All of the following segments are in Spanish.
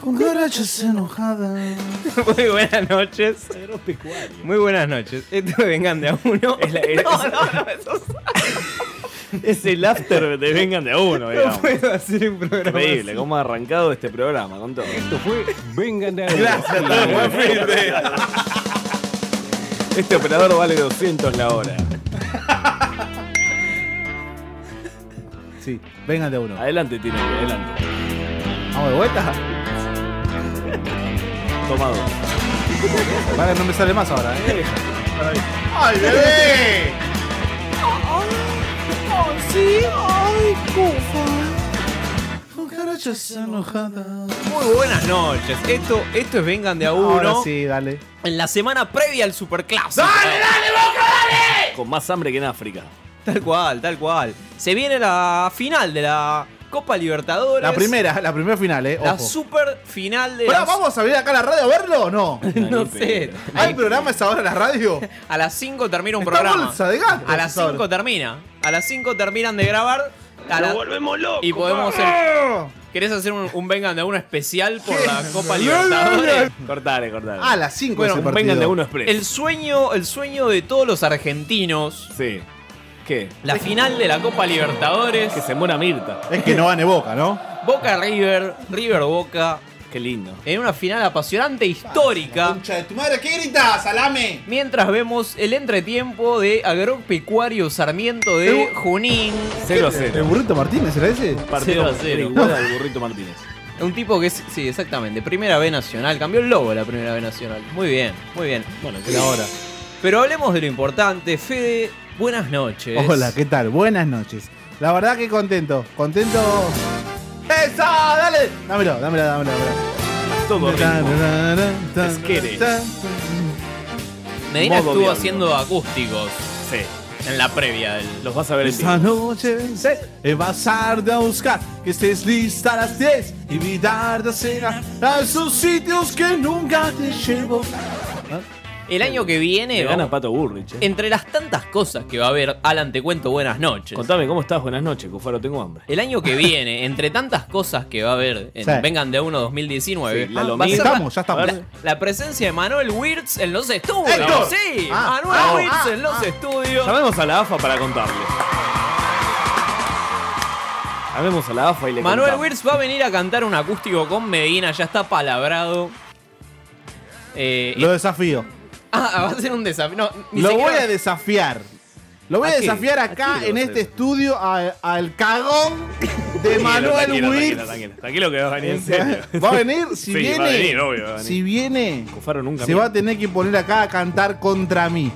Cucarachas enojadas. Muy buenas noches. Agropecuario. Muy buenas noches. Esto es Vengan de a uno. Es, la- es- No, no, no, eso es el after de Vengan de a uno, digamos. no puedo hacer un programa. Increíble, así. cómo ha arrancado este programa con todo. Esto fue Vengan de a uno. Gracias, Tom, buen fin de- Este operador vale 200 la hora. Sí, vengan de uno. Adelante, Tinelli, adelante. Vamos de vuelta. Toma dos. Para, no me sale más ahora. ¿eh? Cucarachas enojadas. Muy buenas noches. Esto, esto es Vengan de a uno. Ahora sí, dale. En la semana previa al Superclásico. Con más hambre que en África. Tal cual, tal cual. Se viene la final de la Copa Libertadores. La primera, la primera final, eh. La Ojo. super final de Pará, la. ¿Vamos a venir acá a la radio a verlo o no? No Ni sé. pedo. ¿Hay programa esa hora en la radio? A las 5 termina un Está programa. bolsa de gatos a las ahora. 5 termina. A las 5 terminan de grabar. A la- volvemos locos. Y podemos hacer. ¿Querés hacer un, un Vengan de a uno especial por la Copa Libertadores? Cortale, cortale. Ah, A las 5 Bueno, es el partido. Vengan de a uno express. El sueño, el sueño de todos los argentinos. Sí. ¿Qué? La final de la Copa Libertadores. Que se muera Mirta. Es que no gane Boca, ¿no? Boca River, River Boca. Qué lindo. En una final apasionante histórica. de tu madre, ¿qué gritas, salame? Mientras vemos el entretiempo de Agropecuario Sarmiento de Junín. 0 a ¿El 0. burrito Martínez era ese? Partido Cero a cero. igual al burrito Martínez. Un tipo que es, sí, exactamente, Primera B Nacional. Cambió el logo de la Primera B Nacional. Muy bien, muy bien. Bueno, que ahora. Pero hablemos de lo importante. Fede, buenas noches. Hola, ¿qué tal? Buenas noches. La verdad que contento, contento. ¡Eso! ¡Dale! Dámelo, dámelo, dámelo. Todo ritmo. dámelo. Esqueres. Medina Modo estuvo diablo. haciendo acústicos Sí. en la previa del... Los vas a ver en Esta vivo. noche eh, vas a irte a buscar que estés lista a las 10. Invitarte a cenar a esos sitios que nunca te llevo. El año que viene, Le gana vamos- Pato Burrich. eh. entre las tantas cosas que va a haber, Alan, te cuento buenas noches. Contame, ¿cómo estás? Buenas noches, Cufaro, tengo hambre. El año que viene, entre tantas cosas que va a haber en Sí. Vengan de a Uno 2019, Sí, la va a lomita. ser Estamos, ya estamos. La, la presencia de Manuel Wirtz en los estudios. ¡Héctor! Sí, Ah, Manuel ah, Wirtz ah, en los estudios. Llamemos a la AFA para contarle. Llamemos a la AFA y le Manuel contamos. Wirtz va a venir a cantar un acústico con Medina, ya está palabrado. Eh, Lo desafío. ah, va a ser un desafío. No, ni Lo siquiera- voy a desafiar. Lo voy ¿A a, qué? desafiar ¿A acá qué lo en vas a este desafiar? estudio a- al cagón de Tranquilo, Manuel tranquilo, Wirtz. Tranquilo, tranquilo, tranquilo que va a venir en serio. Va a venir, si Sí, viene. va a venir, obvio, va a venir. Si viene, Cufaro nunca se miente. va a tener que poner acá a cantar contra mí.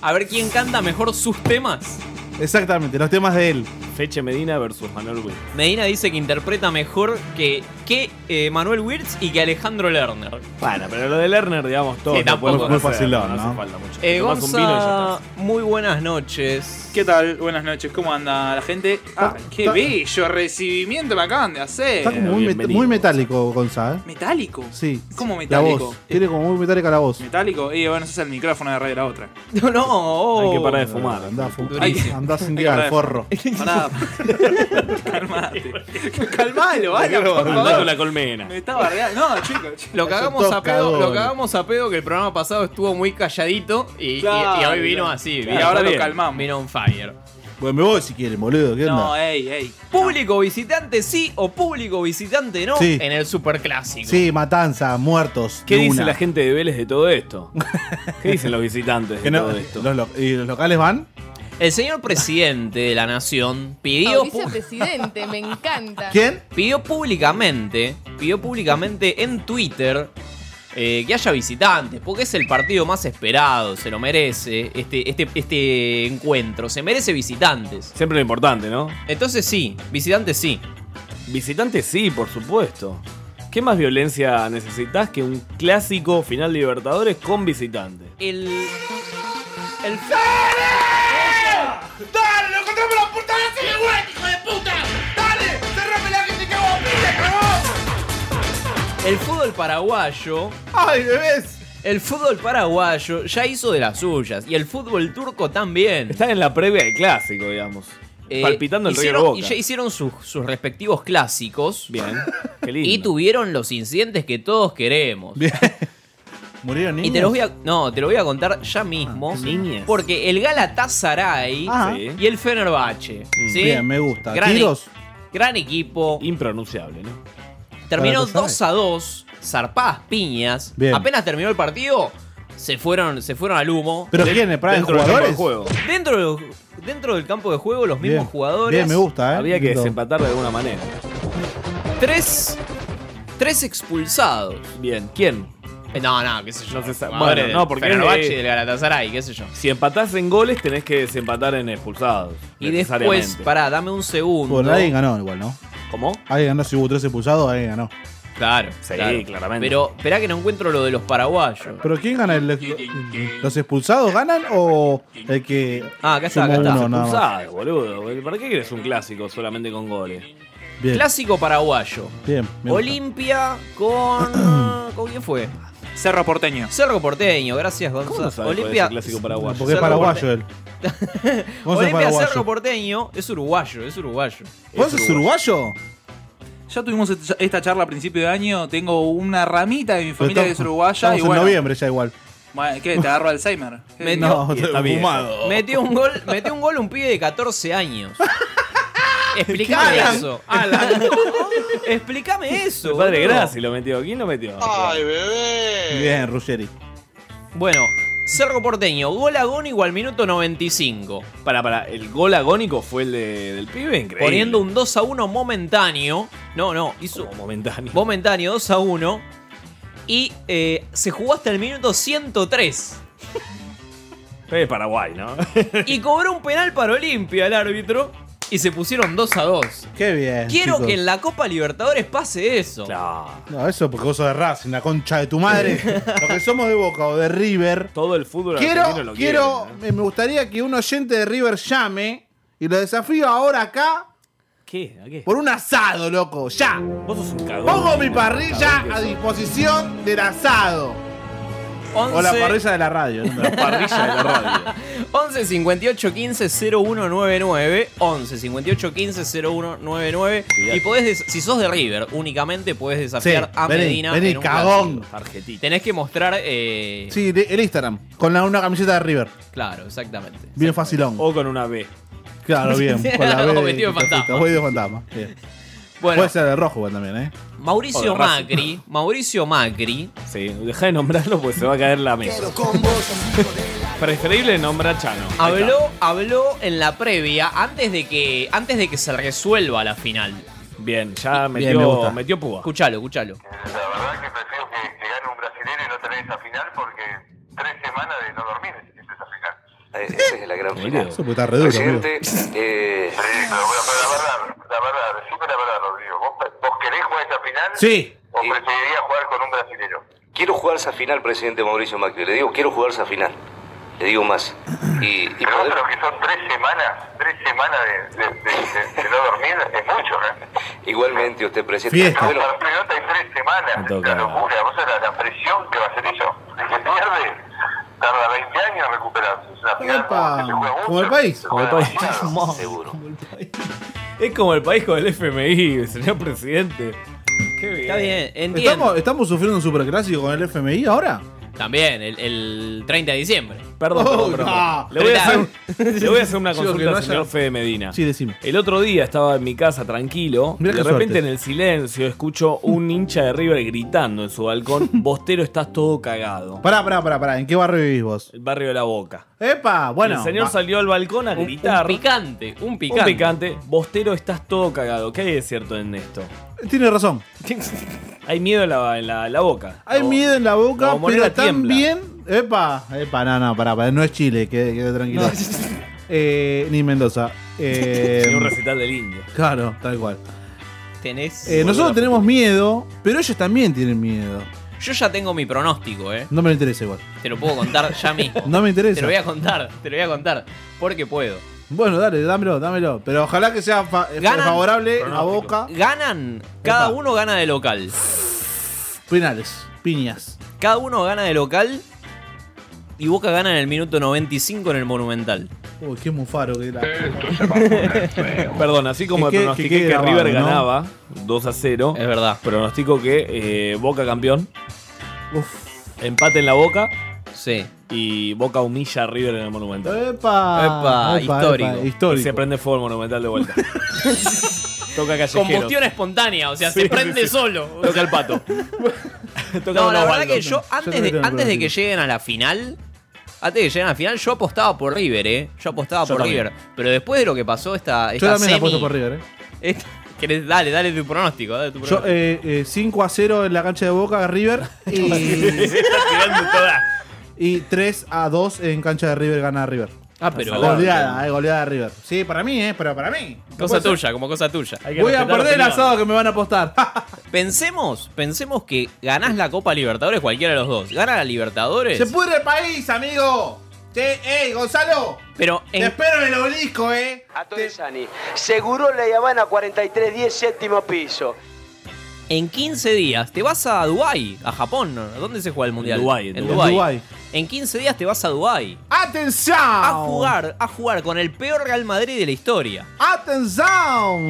A ver quién canta mejor sus temas. Exactamente, los temas de él. Feche Medina versus Manuel Wirtz. Medina dice que interpreta mejor que, que eh, Manuel Wirtz y que Alejandro Lerner. Bueno, pero lo de Lerner, digamos, todo. Sí, tampoco. Muy facilón, no, hace ¿no? falta mucho. Eh, Tomás un Gonza, vino y ya estás. muy buenas noches. ¿Qué tal? Buenas noches, ¿cómo anda la gente? Ah, qué Ta- bello recibimiento me acaban de hacer. Está como muy, met- Eh, bienvenido, muy metálico, Gonzalo. ¿Metálico? Sí. ¿Cómo La metálico? voz. Tiene como muy metálica la voz. ¿Metálico? Y bueno, ese es el micrófono de radio la otra. No, no. oh. Hay que parar de fumar. Andá, a fu- Durísimo. andá sin Hay que tirar al parar. forro. Pará. Calmate. Calmalo, Alan, por Andá con favor. la colmena. Me está bardeando. No, chicos. chicos. Lo cagamos, Son a pedo, todos lo cagamos a pedo que el programa pasado estuvo muy calladito y, y- Claro. y hoy vino así. Y vino- ahora está lo bien. calmamos. Vino on fire. Bueno, me voy si quieren, boludo. ¿Qué No, onda? ey, ey. Público visitante sí o público visitante no Sí. en el superclásico. Sí, matanza, muertos. ¿Qué dice luna. la gente de Vélez de todo esto? ¿Qué dicen los visitantes de Que no- todo esto? los lo- ¿Y los locales van? El señor presidente de la nación pidió, Mauricio pu- Presidente, me encanta. ¿Quién? pidió públicamente, pidió públicamente en Twitter eh, que haya visitantes, porque es el partido más esperado, se lo merece este, este, este encuentro, se merece visitantes. Siempre lo importante, ¿no? Entonces sí, visitantes sí. Visitantes sí, por supuesto. ¿Qué más violencia necesitas que un clásico final de Libertadores con visitantes? El... El... ¡Dale! ¡Lo encontramos la puta de ese güey, hijo de puta! ¡Dale! ¡Cerrame la que te cago a pila, cabrón! El fútbol paraguayo. ¡Ay, bebés! El fútbol paraguayo ya hizo de las suyas. Y el fútbol turco también. Están en la previa del clásico, digamos. Eh, palpitando el hicieron- río Boca. Y ya hicieron sus, sus respectivos clásicos. Bien, qué lindo. Y tuvieron los incidentes que todos queremos. Murieron niños. Y te los voy a. No, te lo voy a contar ya mismo. niñas. porque el Galatasaray Ah. Ah, Sí. Mm. y el Fenerbahce. ¿sí? Bien, me gusta. Gran, e- Tiros. gran equipo. Impronunciable, ¿no? Terminó Galatasaray. 2 a 2. Zarpadas piñas. Bien. Apenas terminó el partido. Se fueron, se fueron al humo. ¿Pero quiénes? ¿Para Dentro del campo de jugadores? juego. Dentro, de los- dentro del campo de juego, los mismos Bien. jugadores. Bien, me gusta, ¿eh? Había que Lindo. desempatar de alguna manera. Tres, tres expulsados. Bien, ¿quién? Eh, No, no, qué sé yo. No se sabe. Jugadores Bueno, del no, porque es Fenerbahce de- y del Galatasaray, qué sé yo. Si empatás en goles, tenés que desempatar en expulsados. Y después, necesariamente. pará, dame un segundo. Bueno, alguien ganó igual, ¿no? ¿Cómo? Alguien ganó, si hubo tres expulsados, alguien ganó. Claro, Sí, claro. claramente. Pero esperá que no encuentro lo de los paraguayos. ¿Pero quién gana? El- ¿Los expulsados ganan o el que Ah, acá está, sumó acá está. uno nada más? Expulsados, boludo. ¿Para qué querés un clásico solamente con goles? Bien, Clásico paraguayo. bien. me gusta. Olimpia con. ¿Con quién fue? Cerro Porteño. Cerro Porteño, gracias ¿Cómo no Gonzalo. sabes Olimpia. cuál es el clásico paraguayo? Porque es Cerro paraguayo él. Vos sos Olimpia paraguayo. Cerro Porteño es uruguayo, es uruguayo. ¿Vos sos uruguayo? Ya tuvimos et- esta charla a principio de año. Tengo una ramita de mi familia Pero que es estamos- uruguaya. Estamos Y en bueno, noviembre ya igual. Bueno, ¿Qué? ¿Te agarro Alzheimer? Eh, ¿Qué? Me- No, Y está bien. fumado. Metió un gol, metió un gol un pibe de 14 años. Explícame eso. Explícame eso. Tu padre boludo. Graci lo metió. ¿Quién lo metió? Bien, Ruggeri. Bueno, Cerro Porteño, gol agónico al minuto 95. Para, para, el gol agónico fue el de- del pibe, increíble. Poniendo un 2 a 1 momentáneo. No, no, hizo Como momentáneo. momentáneo 2 a 1. Y eh, se jugó hasta el minuto 103. Pero es Paraguay, ¿no? Y cobró un penal para Olimpia el árbitro. Y se pusieron 2 a 2. Qué bien. Quiero chicos. que en la Copa Libertadores pase eso. claro. No, eso porque vos sos de Racing, la concha de tu madre. Los que somos de Boca o de River. Todo el fútbol argentino Quiero, lo quiero, quiere, ¿no? me me gustaría que un oyente de River llame y lo desafío ahora acá ¿Qué? ¿A qué? por un asado, loco. Ya. Vos sos un cagón. Pongo mi parrilla Cagón que a sos. disposición del asado. 11, O la parrilla de la radio. ¿no? Parrilla de la radio. 11 58 15 0199 11 58 15 0199 Cuidate. y podés des- si sos de River únicamente podés Sí, desafiar a vení, Medina vení, en un cagón. clásico. Tarjetita. Tenés que mostrar eh, Sí, de- el Instagram. Con la, una camiseta de River. claro, exactamente. Bien facilón. O con una B. Claro, bien. Con la B O de- vestido de fantasma. perfecto, voy de fantasma. bien. Bueno, Puede ser de rojo igual también, ¿eh? Mauricio Joder, Racing. Macri, Mauricio Macri, Sí, deja de nombrarlo porque se va a caer la mesa. Preferible nombrar a Chano. Ahí habló habló en la previa antes de que antes de que se resuelva la final. está. Bien, ya Bien, metió, me gusta. metió púa. Escuchalo, escuchalo. La verdad que prefiero que, que gane un brasilero y no tener esa final porque tres semanas de no dormir es, es esa final. Eh, Esa es la gran final. Eso porque está re duro, amigo. Presidente, eh, Sí, pero, bueno, pero la verdad, la verdad, decime la verdad, Rodrigo. ¿Vos, vos querés jugar esa final? Sí. ¿O preferirías jugar con un brasilero? quiero jugar esa final, presidente Mauricio Macri. Le digo, quiero jugar esa final. Le digo más. Y, y Pero vos poder- sabés lo que son tres semanas, tres semanas de, de- de- de- de no dormir es mucho, ¿eh? igualmente usted, presidente. Fiesta. Bueno, Para un pelota en tres semanas, Me es toca. una locura. Vos sabés la, la presión que va a hacer eso. El que pierde tarda 20 años en recuperarse. Es una final Epa. que se juega Como el mucho, país. se Como el juega país. demasiado. seguro. Es como el país con el FMI, señor presidente. Qué bien. Está bien, entiendo. ¿Estamos, ¿Estamos sufriendo un superclásico con el FMI ahora? También el, el 30 de diciembre. Perdón, Oh, perdón, perdón. no. Le, voy a hacer, le voy a hacer una Digo que no consulta al haya- señor Fede Medina. Sí, decime. El otro día estaba en mi casa tranquilo. Mirá y de qué repente suerte. en el silencio escucho un hincha de River gritando en su balcón: Bostero, estás todo cagado. Pará, pará, pará, pará. ¿En qué barrio vivís vos? El barrio de la boca. ¡Epa! Bueno. el señor va- salió al balcón a Un, un gritar. picante, un un picante. picante. Bostero, estás todo cagado. ¿Qué hay de cierto en esto? Tiene razón. Hay miedo en la, en la- en la boca. Hay La bo- miedo en la boca, la bombonera pero tiembla. también. Epa, epa, no, no, pará, pará, no es Chile, quede, quede tranquilo. Eh, ni Mendoza. Eh, Ni un recital del indio. claro, tal cual. Tenés. Eh, nosotros tenemos miedo, pero ellos también tienen miedo. Yo ya tengo mi pronóstico, ¿eh? No me lo interesa igual. Te lo puedo contar ya mismo. No me Te interesa. lo voy a contar, te lo voy a contar. Porque puedo. Bueno, dale, dámelo, dámelo. Pero ojalá que sea fa- eh, Ganan. favorable a Boca. Ganan, cada Epa. uno gana de local. Penales, piñas. Cada uno gana de local. Y Boca gana en el minuto 95 en el Monumental. Uy, qué mufaro que era. Perdón, así como Que quede- pronostiqué que quede que, grabado, River ¿no? ganaba 2 a 0, Es verdad. pronostico que eh, Boca campeón, Uf. empate en la Boca Sí. y Boca humilla a River en el Monumental. Epa, Epa, histórico. Y se Eh, histórico. prende fuego el Monumental de vuelta. Toca callejero. Combustión espontánea, o sea, Sí, se prende sí, sí. solo. Toca el pato. Toca No, Don la verdad Osvaldo. que yo antes, también de, tengo antes de que pronóstico. lleguen a la final, antes de que lleguen a la final, yo apostaba por River, ¿eh? Yo apostaba por también. River. Pero después de lo que pasó esta, esta Yo también la semi- apuesto por River, eh. esta- ¿querés? dale, dale tu pronóstico, dale tu Yo, pronóstico. eh, 5 a 0 en la cancha de Boca, River. Y, Tirando toda. y 3 a 2 en cancha de River, gana River. ah, pero Salado. Goleada, eh, goleada de River. Sí, para mí, eh, pero para mí. No puede cosa ser. tuya, como cosa tuya. Hay que Voy a respetar perder el opinión. asado que me van a apostar. Pensemos, pensemos que ganás la Copa Libertadores cualquiera de los dos. Gana la Libertadores, ¡Se pudre el país, amigo! Che, ey, Gonzalo. pero Te en espero en el obelisco, eh. Te- Seguro le llaman a 4310 séptimo piso. En 15 días te vas a Dubái, a Japón. ¿no? ¿Dónde se juega el mundial? Dubái, en En Dubái. Dubái. Dubái. En 15 días te vas a Dubái. ¡Atención! A jugar, a jugar con el peor Real Madrid de la historia. ¡Atención!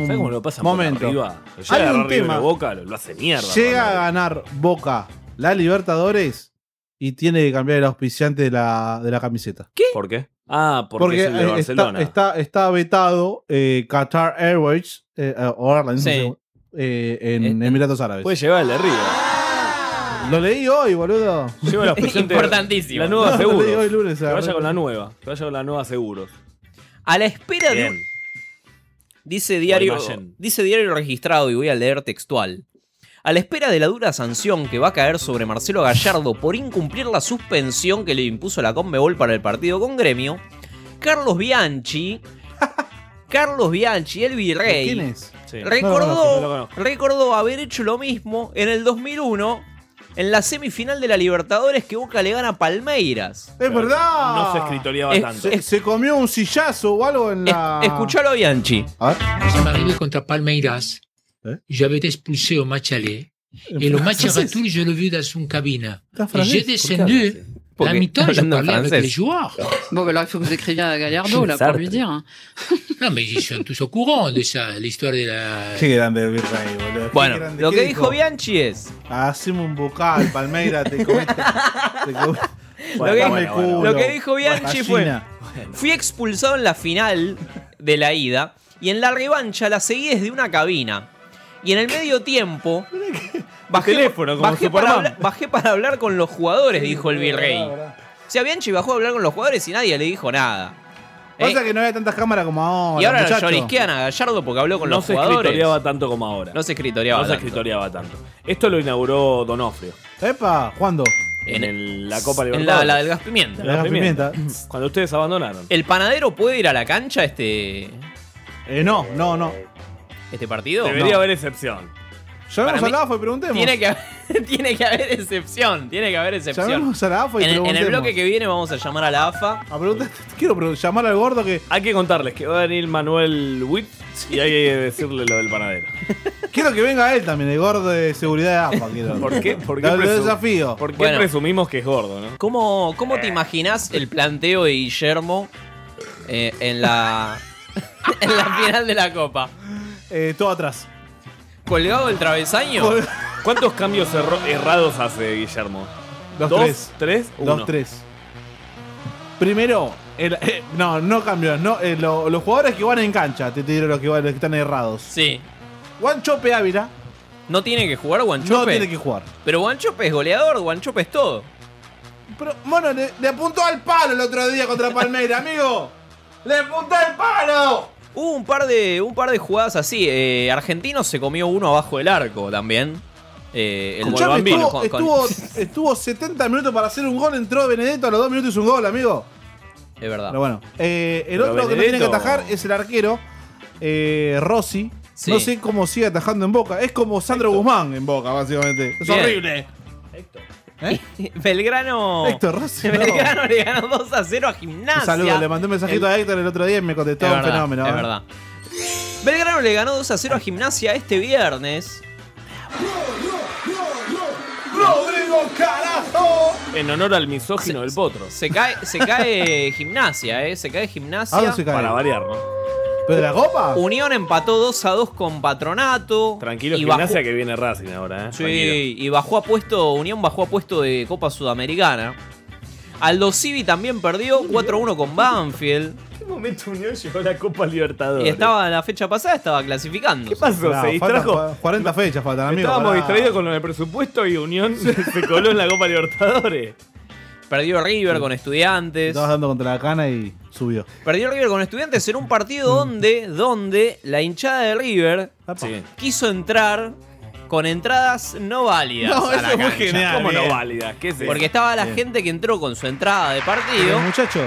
¿Sabes cómo lo pasan Momento. por arriba? Lo llega Hay a un agarrar River tema. de Boca, lo, lo hace mierda. Llega a Fernando. ganar Boca la Libertadores y tiene que cambiar el auspiciante de la, de la camiseta. ¿Por qué? Ah, porque, es el de eh, Barcelona. Está, está, está vetado eh, Qatar Airways eh, o Airlines, Sí. no sé, eh, en Este- Emiratos Árabes. Puede llevar el de River. Lo leí hoy, boludo. Lleva la presente- Importantísimo. La nueva No, lo seguro. leí hoy lunes, Que vaya agarré. con la nueva. Que vaya con la nueva seguro. A la espera de Bien. un- Dice diario, Guaymallén. dice diario registrado y voy a leer textual. A la espera de la dura sanción que va a caer sobre Marcelo Gallardo por incumplir la suspensión que le impuso la Conmebol para el partido con Gremio, Carlos Bianchi, Carlos Bianchi, el virrey, ¿Quién es? Sí. recordó, No lo conozco, no lo conozco. recordó haber hecho lo mismo en el 2001 en la semifinal de la Libertadores que Boca le gana a Palmeiras. Es verdad. No se escritoriaba Es- tanto. Se, se comió un sillazo o algo en Es- la. escuchalo a Bianchi. A ver. J'avais arrivé contre Palmeiras. Hein J'avais été expulsé au match aller. Et le match Francés. retour, je l'ai vu dans une cabine. Está Et francés. j'ai descendu. À la Porque mi-temps, j'ai hablando en parlé avec francés. les joueurs. Bon, alors il faut que vous écriviez à Gallardo, là, pour lui dire. Non, mais ils sont tous au courant de ça, l'histoire de la... Qué grande el virrey, boludo. Qué Bueno, grande. lo ¿Qué que dijo Bianchi es. Haceme un vocal, Palmeira, te comiste. te comiste que- come culo, lo que dijo Bianchi fue- gallina. Fui expulsado en la final de la ida y en la revancha la seguí desde una cabina. Y en el medio tiempo. Bajé, teléfono, como bajé para Superman. hablar, bajé para hablar con los jugadores, dijo el virrey. Verdad, O verdad. sea, Bianchi bajó a hablar con los jugadores y nadie le dijo nada. ¿Eh? Pasa que no había tantas cámaras como ahora. y ahora lo muchacho. llorisquean a Gallardo porque habló con no los se jugadores. escritoriaba tanto como ahora. No se escritoriaba. No se tanto. escritoriaba tanto. Esto lo inauguró Donofrio. Epa, ¿cuándo? En, En- el- la Copa En la, Libertadores. la del Eh, gas pimienta. La gas pimienta. Cuando ustedes abandonaron. ¿El panadero puede ir a la cancha este, Eh, no, no, no. este partido? Debería No. haber excepción. Llamemos Para a la mí- AFA y preguntemos. Tiene que, haber, tiene que haber excepción. Tiene que haber excepción. Llamemos a la AFA y En el, en el preguntemos. bloque que viene vamos a llamar a la AFA. A preguntar- quiero pre- llamar al gordo que. Hay que contarles que va a venir Manuel Witt y hay que decirle lo del panadero. Quiero que venga él también, el gordo de seguridad de AFA. Quiero. ¿Por qué? ¿Por qué Lo, lo presu- desafío. ¿Por qué Bueno. presumimos que es gordo, no? ¿Cómo, cómo te imaginas el planteo de Guillermo eh, en la en la final de la Copa? Eh, todo atrás. ¿Colgado del travesaño? ¿Cuántos cambios erro- errados hace Guillermo? Los ¿Dos? tres. ¿Tres? Uno. Los tres. Primero, el- eh, no, no cambió. No, eh, lo- los jugadores que van en cancha, te, te diré los que, van, los que están errados. Sí. Guanchope Ávila ¿No tiene que jugar no Guanchope? tiene que jugar. Pero Guanchope es goleador, Guanchope es todo. Pero, bueno, le, le apuntó al palo el otro día contra Palmeira, amigo. ¡Le apuntó al palo! Hubo un par de, un par de jugadas así. eh, Argentino se comió uno abajo del arco también. eh, el Escuchame, Bambino. estuvo, Con- con- estuvo- estuvo 70 minutos para hacer un gol, entró Benedetto, a los dos minutos hizo un gol, amigo. Es verdad. Pero bueno, eh, el Pero otro que no tiene que Benedetto- atajar es el arquero, eh, Rossi. Sí. No sé cómo sigue atajando en Boca. Es como Sandro Guzmán en Boca, básicamente. Es Bien. ¿Eh? horrible. Belgrano. Héctor Rossi. no. Belgrano le ganó 2 a 0 a Gimnasia. Un saludo, le mandé un mensajito El- a Héctor el otro día y me contestó Es un verdad, fenómeno. Es ¿eh? verdad. Belgrano le ganó 2 a 0 a Gimnasia este viernes. ¡Rodrigo Carajo! En honor al misógino del potro. Se cae, se cae Gimnasia, ¿eh? Se cae Gimnasia. ¿A dónde se cae? Para variar, ¿no? ¿Pero de la copa? Unión empató 2 a 2 con Patronato. Tranquilo, y gimnasia bajó, que viene Racing ahora, ¿eh? Sí, Tranquilo. y bajó a puesto, Unión bajó a puesto de Copa Sudamericana. Aldo Civi también perdió 4 a 1 con Banfield. ¿En qué momento Unión llegó a la Copa Libertadores? Y estaba la fecha pasada, estaba clasificando. ¿Qué No, pasó? se faltan distrajo. cua- 40 fechas faltan, amigo. Estábamos pará. distraídos con lo del presupuesto y Unión se coló en la Copa Libertadores. Perdió River con Estudiantes. Estabas dando contra la cana y subió. Perdió River con Estudiantes en un partido Mm. donde, donde la hinchada de River Sí. quiso entrar con entradas no válidas. No, a la eso es muy cancha. genial. ¿Cómo no bien. válida? ¿Qué es eso? Porque estaba la Bien. gente que entró con su entrada de partido. Pero, muchachos,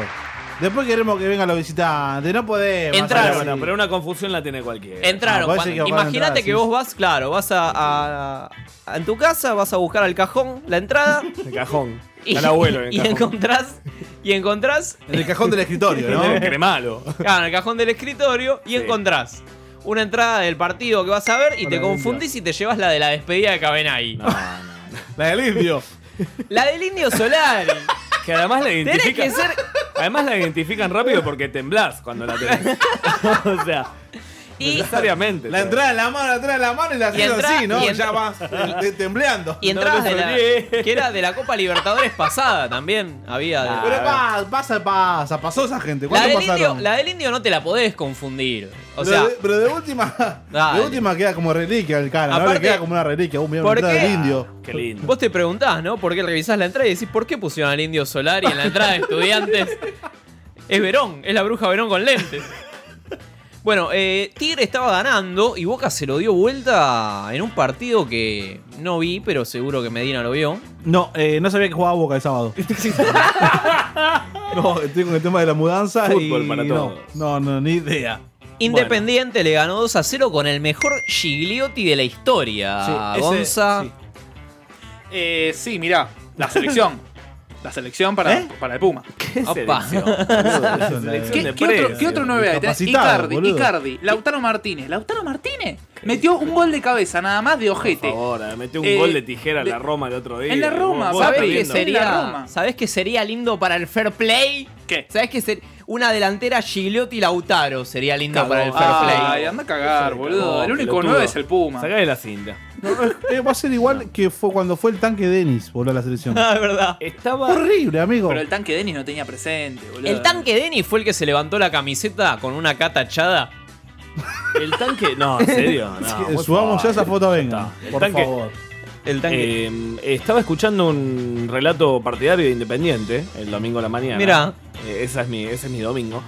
después queremos que vengan los visitantes. No podemos. Entrar. hacer Claro, así. bueno, pero una confusión la tiene cualquiera. Entraron. Ah, parece cuando- que van a entrar, Imagínate que sí. vos vas, claro, vas a, a- a- En tu casa, vas a buscar al cajón la entrada. El cajón. Y, Al abuelo en y el cajón. encontrás. Y encontrás. En el cajón del escritorio, ¿no? Cremalo. Claro, en el cajón del escritorio. Y Sí. encontrás una entrada del partido que vas a ver. Con Y te la del confundís y te llevas la de la despedida de Cabenay. La del indio. La del indio Solari. Que además la Tenés identifican. que ser. Además la identifican rápido porque temblás cuando la tenés. o sea, Y, necesariamente. La entrada en la mano, la entrada en la mano y la haces entra- así, ¿no? y entra- ya vas eh, tembleando. y entradas No de lo la. soñé. Que era de la Copa Libertadores pasada también. Había. Ah, de- Pero pasa, pasa, pasa. Pasó esa gente. La ¿Cuánto del, indio, pasaron? la del indio no te la podés confundir. O Pero sea, de- pero de última, Dale. de última queda como reliquia el cara, ¿no? Aparte- Le queda como una reliquia, un mirá, ¿Por una entrada qué? del indio. Qué lindo. vos te preguntás, ¿no? Porque revisás la entrada y decís, ¿por qué pusieron al indio Solari en la entrada de estudiantes? es Verón, es la bruja Verón con lentes. Bueno, eh, Tigre estaba ganando y Boca se lo dio vuelta en un partido que no vi, pero seguro que Medina lo vio. No, eh, no sabía que jugaba Boca el sábado. no, estoy con el tema de la mudanza Fútbol y para no, todos. no, no, ni idea. Independiente le ganó 2 a 0 con el mejor Gigliotti de la historia. ese- Gonza. sí. Eh, sí, mirá, la selección. La selección para, para el Puma. Qué Opa. selección. Eso, Selección ¿Qué, de qué otro, precio. ¿Qué otro 9 hay? Tenés Incapacitado, Icardi, boludo. Icardi, Lautaro Martínez. Lautaro Martínez metió un gol de cabeza nada más de ojete. Ahora, metió un Eh, gol de tijera a la de- Roma el otro día. en la Roma, Vos ¿Sabes estás Está qué lindo. viendo. En la sería? Roma. ¿Sabes qué sería lindo para el fair play? ¿Qué? ¿Sabes qué sería? Una delantera Gigliotti Lautaro sería lindo Cagó. para el fair play. Ah, Ay, anda a cagar, boludo. El único pelotudo. 9 es el Puma. Sacá de la cinta. Eh, va a ser igual que fue cuando fue el tanque Denis, boludo, a la selección. Ah, es verdad. Estaba. Horrible, amigo. Pero el tanque Denis no tenía presente, boludo. El tanque Denny fue el que se levantó la camiseta con una cata tachada. El tanque. No, en serio. No, Eh, por Subamos favor. ya esa foto, venga. está. El Por tanque- favor. El tanque. Eh, estaba escuchando un relato partidario de Independiente el domingo a la mañana. Mirá. Eh, esa es mi, ese es mi domingo.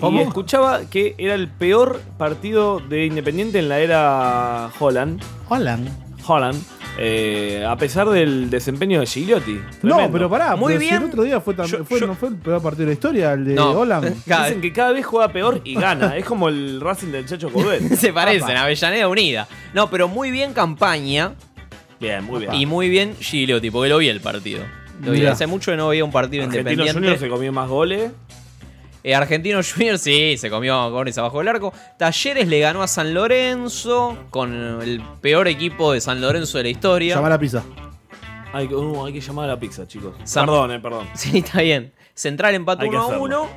¿Cómo? Y escuchaba que era el peor partido de Independiente en la era Holland. Holland. Holland. eh, a pesar del desempeño de Gigliotti. Tremendo. No, pero pará, Muy pero si bien. el otro día fue, tan- Yo- fue- yo- Eh, no fue el peor partido de la historia, el de No. Holland. Cada- Dicen que cada vez juega peor y gana. es como el Racing del Chacho Cobet. se parecen, Avellaneda Unida. No, pero muy bien campaña Bien, muy bien. y muy bien Gigliotti, porque lo vi el partido. Lo vi. Mirá. Hace mucho que no veía un partido Argentino independiente. Junior se comió más goles. Eh, Argentino Junior, sí, se comió goles abajo del arco. Talleres le ganó a San Lorenzo con el peor equipo de San Lorenzo de la historia. Llamar a pizza. Hay, que- uh, hay que llamar a la pizza, chicos. Sam- Perdón, eh, perdón. Sí, está bien. Central empató Hay que 1 a hacerlo. 1.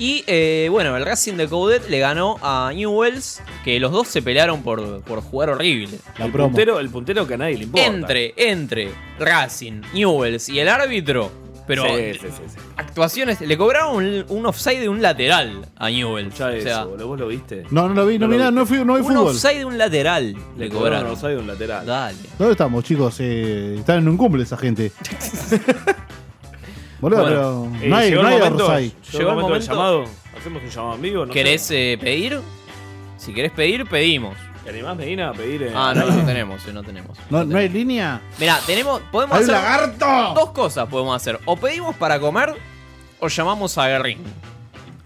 Y eh, bueno, el Racing de Coudet le ganó a Newells, que los dos se pelearon por, por jugar horrible. La el, promo. puntero, el puntero que a nadie le importa. Entre, entre Racing, Newells y el árbitro. Pero Sí, sí, sí, sí. actuaciones. Le cobraron un, un offside de un lateral a Newells. Escuchá o sea, eso, eh. boludo, vos lo viste. No, no lo vi, no, No lo mirá, vi. no, fui, no hay un fútbol. offside de un lateral le cobraron. Rosario un lateral. Dale. ¿Dónde estamos, chicos? Eh, están en un cumple esa gente. Boludo, Bueno, pero eh, no hay, llegó no el hay momento, Orsay. Llegó el momento del llamado. Hacemos un llamado en vivo. No ¿Querés sé. eh, pedir? Si querés pedir, pedimos. ¿Te animás, Medina, a pedir? eh, Ah, no, no tenemos, eh, no tenemos. ¿No, no hay línea? Mirá, tenemos, podemos ¡Hay un hacer lagarto! dos cosas podemos hacer. O pedimos para comer o llamamos a Guerrín.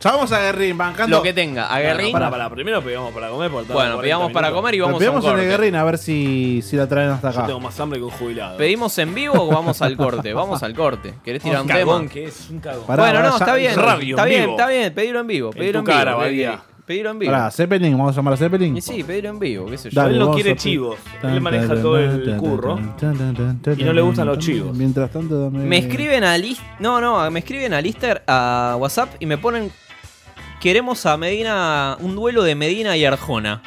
Ya vamos a Guerrín, bancando. Lo que tenga, a Bueno, Guerrín. para, para, primero pegamos para comer. Porque tardan Bueno, 40 pidamos para minutos. comer y Nos vamos a un vemos en el corte. Guerrín a ver si, si la traen hasta Yo acá. tengo más hambre que un jubilado. ¿Pedimos en vivo o vamos al corte? Vamos al corte. ¿Querés tirar un un cagón tema? que es un cagón. Pará, bueno, pará, no, ya- está bien. radio, está en bien, vivo. está bien. Pedirlo en vivo. En Pedirlo en, tu cara, vivo. Badía. Pedirlo en vivo. Pará, Zeppelin, vamos a llamar a Zeppelin. Y sí, pedirlo en vivo, qué sé yo. Dale, Él no vamos quiere a- chivos. Él maneja todo el curro. y no le gustan los chivos. Mientras tanto, dame- Me escriben a List. No, no, me escriben a Lister a WhatsApp y me ponen. Queremos a Medina. un duelo de Medina y Arjona.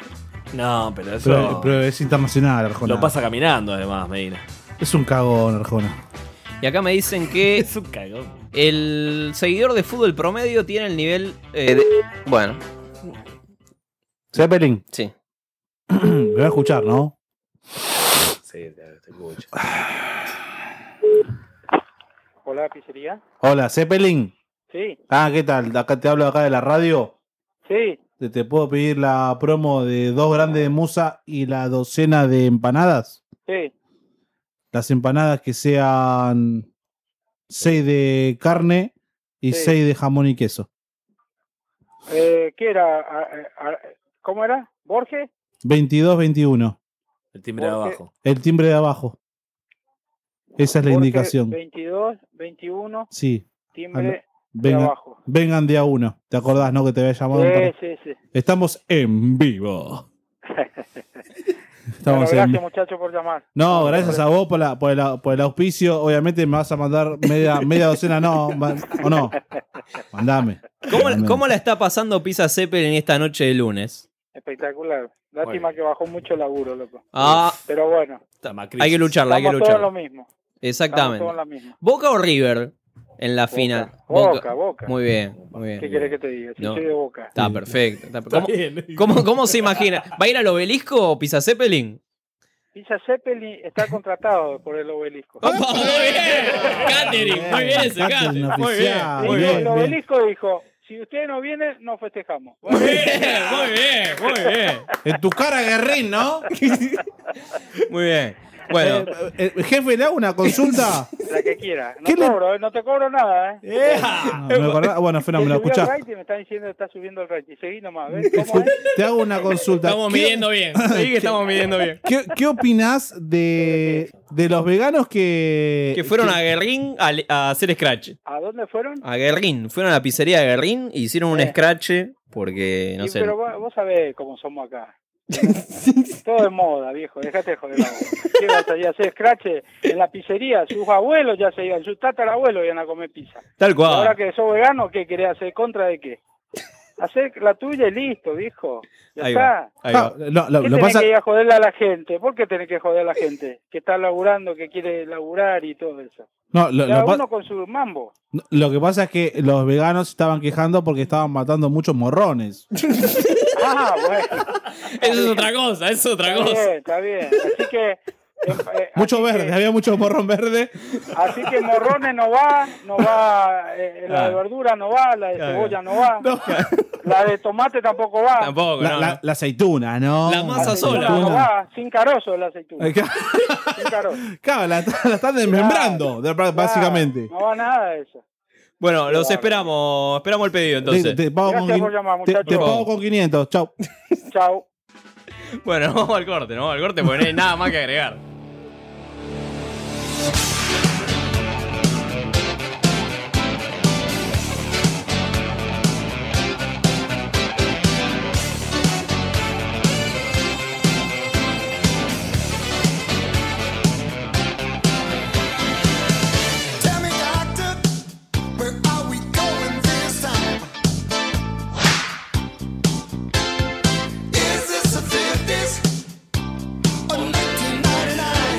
No, pero eso. Pero, pero es internacional, Arjona. lo pasa caminando, además, Medina. Es un cagón, Arjona. Y acá me dicen que Es un cagón. el seguidor de fútbol promedio tiene el nivel. eh, de- Bueno, Zeppelin, sí. me va a escuchar, ¿no? Sí, te te escucho. Hola, pizzería. Hola, Zeppelin. Sí, Ah, ¿qué tal? Acá te hablo acá de la radio. sí. Te, te puedo pedir la promo de dos grandes de musa y la docena de empanadas. Sí, Las empanadas que sean seis de carne y Sí. seis de jamón y queso. eh, ¿qué era? A- a- a- ¿Cómo era? ¿Borges? 22-21. El timbre de Porque- abajo. El timbre de abajo. Esa es la Borges, indicación. 22, 21, Sí. timbre de Vengan, abajo. vengan de a uno. ¿Te acordás, no? Que te había llamado. un par- Sí, sí, sí. Estamos en vivo. Bueno, Estamos en gracias, muchachos, por llamar. No, gracias a vos por, la, por, el, por el auspicio. Obviamente me vas a mandar media, media docena, no, ma- o no. Mandame. ¿Cómo, la- Mandame. cómo la está pasando Pisa Zeppelin esta noche de lunes? Espectacular. Lástima Bueno. que bajó mucho el laburo, loco. Ah, Pero bueno, Está Macri. hay que lucharla, hay que estamos todos en lo lucharla. mismo. Estamos Exactamente. todos en la misma. ¿Boca o River en la final? Boca, boca. boca. Muy bien, muy bien. ¿Qué querés que te diga? Si No. soy de boca. Está perfecto. está per- Está ¿Cómo, bien. cómo- cómo se imagina? ¿Va a ir al obelisco o Pisa Zeppelin? Pisa Zeppelin está contratado por el obelisco. ¡Opa, Ah, pues, muy bien! Eh, Catering, muy bien ese Catering catering. Muy bien, oficial, Dijo, muy el bien, bien. obelisco dijo, si ustedes no vienen, no festejamos. muy bien, muy bien. En tu cara, Guerrín, ¿no? Muy bien. Bueno, Eh, eh, jefe, le hago una consulta. La que quiera. No ¿Qué le- cobro, eh, no te cobro nada, ¿eh? No, me acordaba- bueno, Te fenómeno, subió el escuchá. rating, me están diciendo que está subiendo el rating. Seguí nomás, ¿ves? ¿Cómo es? Te hago una consulta. estamos ¿Qué- midiendo bien. Sí, que estamos midiendo bien. ¿Qué, qué opinás de, de los veganos que. Que fueron que- a Guerrín a, le- a hacer scratch. ¿A dónde fueron? A Guerrín, fueron a la pizzería de Guerrín y hicieron un Eh. scratch porque, no Sí, sé. Pero vos, vos sabés cómo somos acá. Todo es moda, viejo. Déjate de joder. la boca. ¿Qué vas a ir a hacer scratch en la pizzería? Sus abuelos ya se iban, sus tatarabuelos iban a comer pizza. Tal Y Ahora cual. que sos vegano, ¿qué querés hacer? ¿Contra de qué? Hacer la tuya y listo, viejo. Ya Ahí está. va. Ahí Ah, va. no, lo, ¿Qué lo tenés pasa. que ir a joderle a la gente? ¿Por qué tenés que joder a la gente? Que está laburando, que quiere laburar y todo eso. No, lo, Cada lo pa- uno con su mambo. lo que pasa es que los veganos estaban quejando porque estaban matando muchos morrones. Ah, bueno. Eso es otra cosa, eso es otra Está cosa. bien, está bien. Así que... eh, Mucho así que- verde, había mucho morrón verde. Así que morrones no va, no va, eh, la de Claro. verdura no va, la de Claro. cebolla no va, No. la de tomate tampoco va, Tampoco, La, no. la- la aceituna, ¿no? La la masa aceituna sola. no va, sin carozo la aceituna, Eh, ca- sin carozo. Claro, la, la están desmembrando, de- Claro, básicamente. No va nada de eso. Bueno, los Claro. esperamos, esperamos el pedido entonces. te, te pago Gracias con, quin- por llamar, te- te muchachos. pago con 500, chau. Chao. Bueno, vamos al corte, ¿no? Vamos al corte porque no hay nada más que agregar. Tell me, doctor, where are we going this time? Is this the 50s or 1999?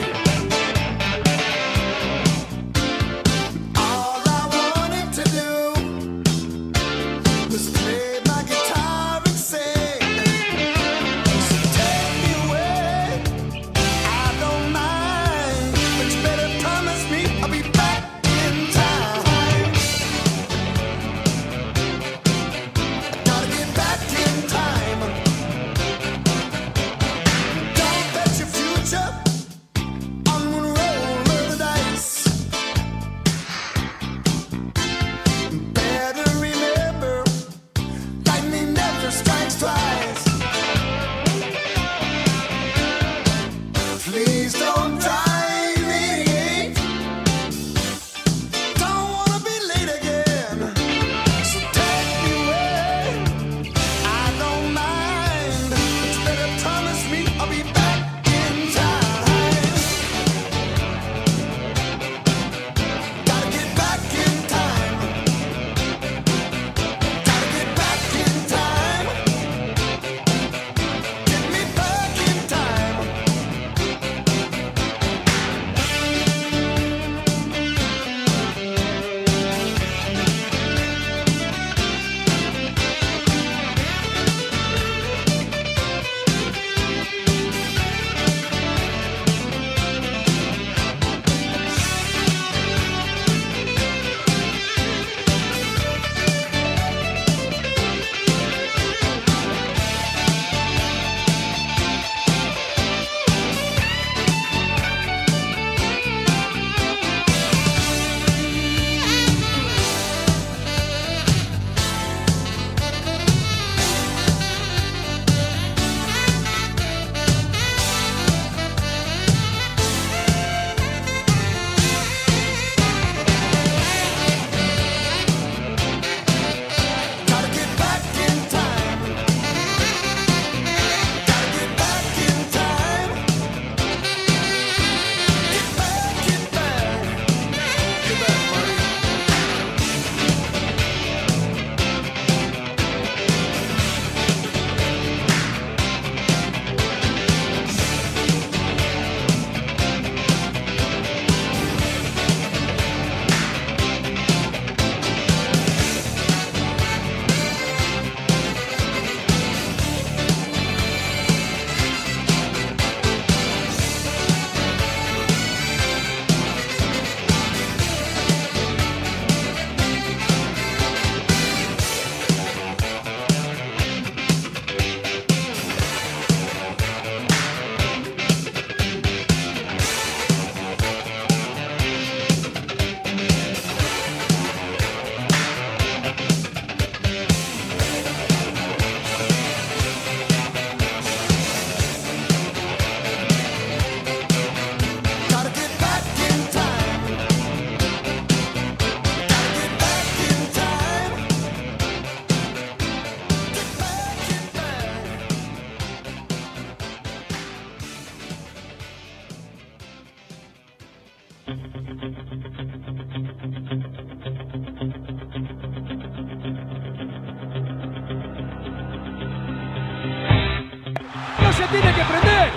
se tiene que prender.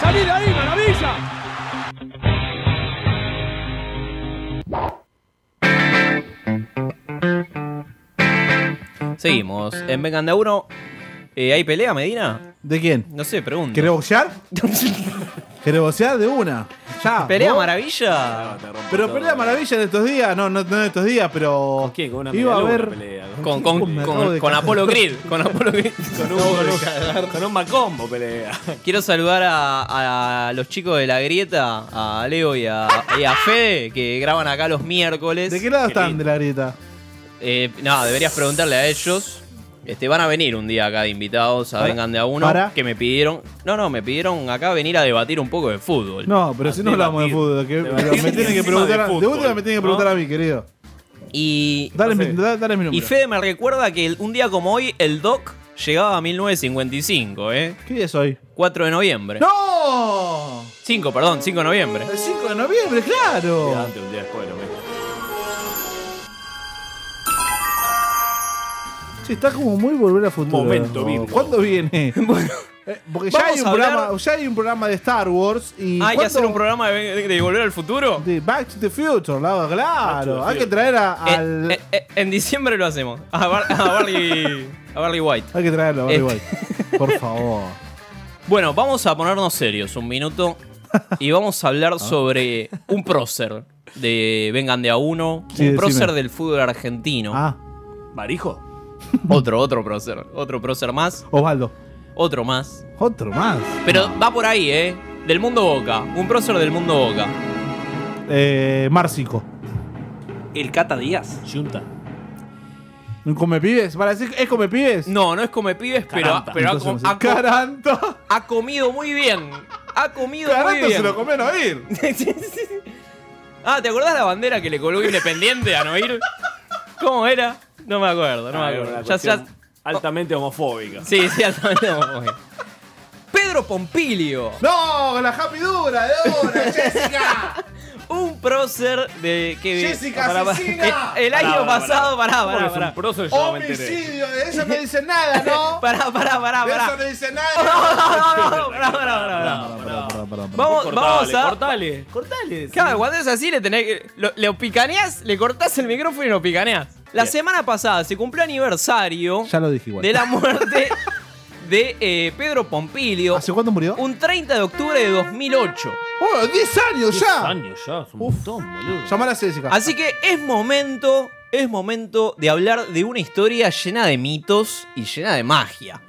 Salí de ahí, maravilla. Seguimos. En Vengan de a uno. eh, ¿Hay pelea, Medina? ¿De quién? No sé, pregunto. ¿Querés boxear? ¿Querés boxear de una? Ya. ¿Pelea vos. Ah, Maravilla? Pero pelea maravilla en estos días, no, no, no en estos días, pero. ¿Con quién? Con una Iba a media luna ver. pelea. Con, con, Me con- acabo de con cagar. Apolo Creed. Con Apolo Creed. Con un, con un macombo pelea. Quiero saludar a, a los chicos de la grieta, a Leo y a, y a Fede, que graban acá los miércoles. ¿De qué lado están de la grieta? Eh, no, deberías preguntarle a ellos. Este, van a venir un día acá de invitados, a Para- vengan de a uno, para. que me pidieron. No, no, me pidieron acá venir a debatir un poco de fútbol. No, pero si no hablamos de fútbol, que, pero me tienen que encima preguntar. de a- De, fútbol, última me tienen que preguntar a mí, querido. Y. Dale, mi, da- dale mi número. Y Fede me recuerda que el- un día como hoy, el Doc llegaba a 1955, ¿eh? ¿Qué día es hoy? 4 de noviembre. ¡No! 5, perdón, 5 de noviembre. El 5 de noviembre, claro. Antes, un día después, lo mismo. Sí, está como muy volver a futuro. Momento bíblico. ¿Cuándo viene? bueno. Porque ya vamos hay, un a hablar- programa, ya hay un programa de Star Wars y. Ah, hay que ¿cuándo- hacer un programa de, de- de Volver al Futuro. de Back to the Future, la- Back to claro. the Hay que Future. traer a- Eh, al. eh, eh, en diciembre lo hacemos. A, Bar- a Barley, a Barley White. Hay que traerlo, a Barry Este- White. Por favor. Bueno, vamos a ponernos serios un minuto y vamos a Ah. hablar sobre un prócer de Vengan de a uno. Sí, un decime. prócer del fútbol argentino. Ah, ¿Barijo? Otro, otro prócer. Otro prócer más. Osvaldo. Otro más. Otro más. Pero Ah. va por ahí, ¿eh? Del mundo Boca. Un prócer del mundo Boca. Eh, Márcico. El Cata Díaz. Junta. ¿Un come pibes? ¿Para decir es come pibes? No, no es come pibes, pero, Caranta. pero ha, Entonces, com- ha co- Caranto. ha comido muy bien. Ha comido Caranto muy bien. se lo comió a Noir. Ah, ¿te acordás la bandera que le colgó Independiente a Noir? ¿Cómo era? No me acuerdo, Ah, no me acuerdo. Ya- ya- Altamente homofóbica. sí, sí, altamente homofóbico. Pedro Pompilio, ¡No! con La happy dura de ahora, Jessica. un prócer de que Ah, Jessica Pará, pará. asesina. El, el Pará, año pará, pasado, Ah, pará, ¿Cómo que pará, es un pará. prócer? Oh, Yo no me enteré. Homicidio, de eso no dice nada, ¿no? Pará, pará, pará, De pará. eso no dice No, nada. no, no, no, pará, pará, pará, pará. Vamos, Cortale, vamos a. cortale. Cortale. Claro, cuando es así le tenés que. Lo, lo picaneás, le cortás el micrófono y lo picaneás. La Bien. semana pasada se cumplió aniversario Ya lo dije igual. de la muerte de eh, Pedro Pompilio. ¿Hace cuánto murió? Un 30 de octubre de 2008. ¡Oh, 10 años ya! años ya, es un Uf. montón, boludo. Llamar a Jessica. Así que es momento, es momento de hablar de una historia llena de mitos y llena de magia.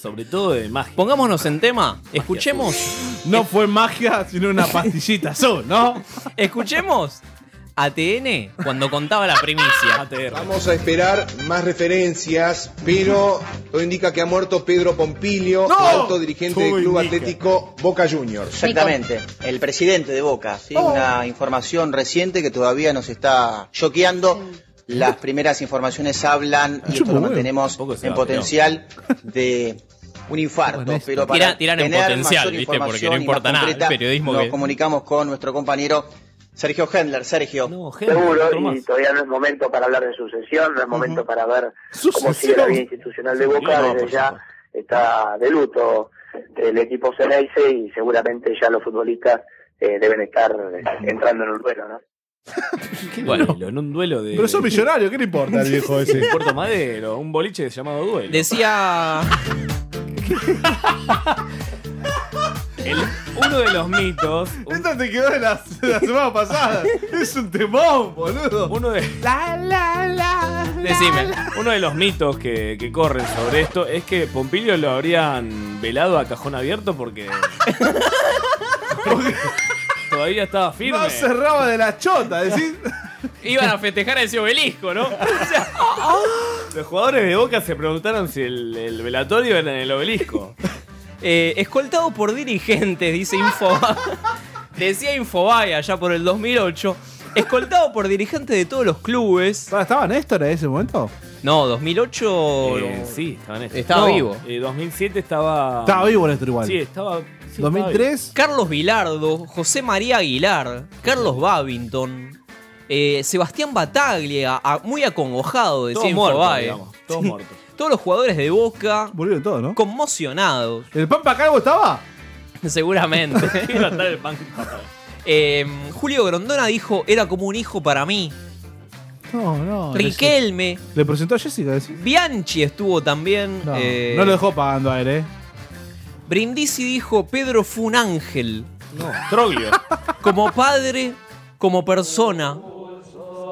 Sobre todo de magia. Pongámonos en tema, escuchemos, No fue magia, sino una pastillita azul, ¿no? escuchemos a TN cuando contaba la primicia. ATR. Vamos a esperar más referencias, pero todo indica que ha muerto Pedro Pompilio, alto dirigente del Club Atlético Boca Juniors. Exactamente, el presidente de Boca, ¿sí? Oh. una información reciente que todavía nos está choqueando. Las primeras informaciones hablan, y esto lo mantenemos Tampoco se en va, potencial, de un infarto. Honesto. Pero para Tira- tiran en tener potencial, mayor ¿viste? Porque no información y más importa nada, el concreta, periodismo Nos que- comunicamos con nuestro compañero Sergio Hendler. Sergio. No, gente, otro Seguro, más. y todavía no es momento para hablar de sucesión, no es momento para ver Sucesión. cómo sigue la vida institucional de Boca, No, desde por ya supuesto. está de luto el equipo Ceneice y seguramente ya los futbolistas eh, deben estar eh, entrando en un duelo, ¿no? Qué Bueno. duelo, en un duelo de. Pero sos millonario, ¿qué le importa al viejo ese? de Puerto Madero, un boliche llamado duelo. Decía. El- uno de los mitos. un- Esta te quedó de la, de la semana pasada. Es un temón, boludo. uno de. Decime. Uno de los mitos que, que corren sobre esto es que Pompilio lo habrían velado a cajón abierto porque. todavía estaba firme. No cerraba de la chota, decís. Iban a festejar ese obelisco, ¿no? O sea, Los jugadores de Boca se preguntaron si el, el velatorio era en el obelisco. Eh, escoltado por dirigentes, dice Infobae. Decía Infobae allá por el 2008. Escoltado por dirigentes de todos los clubes. Pará, ¿Estaba Néstor en ese momento? No, 2008. Eh, sí, estaba en esto. Oh, Estaba No, vivo. eh, 2007 estaba. Estaba vivo Néstor igual. Sí, estaba. sí, estaba vivo. 2003. Carlos Vilardo, José María Aguilar, Carlos Babington, Eh, Sebastián Bataglia, a- muy acongojado, Todos decía muertos, Infobae. digamos, todos Sí. muertos. Todos los jugadores de Boca. Volvieron todos, ¿no? Conmocionados. ¿El Pampa Calvo estaba? Seguramente. Iba a estar el pan. Eh, Julio Grondona dijo, era como un hijo para mí. No, no. Riquelme. Le presentó a Jessica, decía. Bianchi estuvo también. No, eh, no lo dejó pagando a él, ¿eh? Brindisi dijo, Pedro fue un ángel. No. Troglio. Como padre, como persona,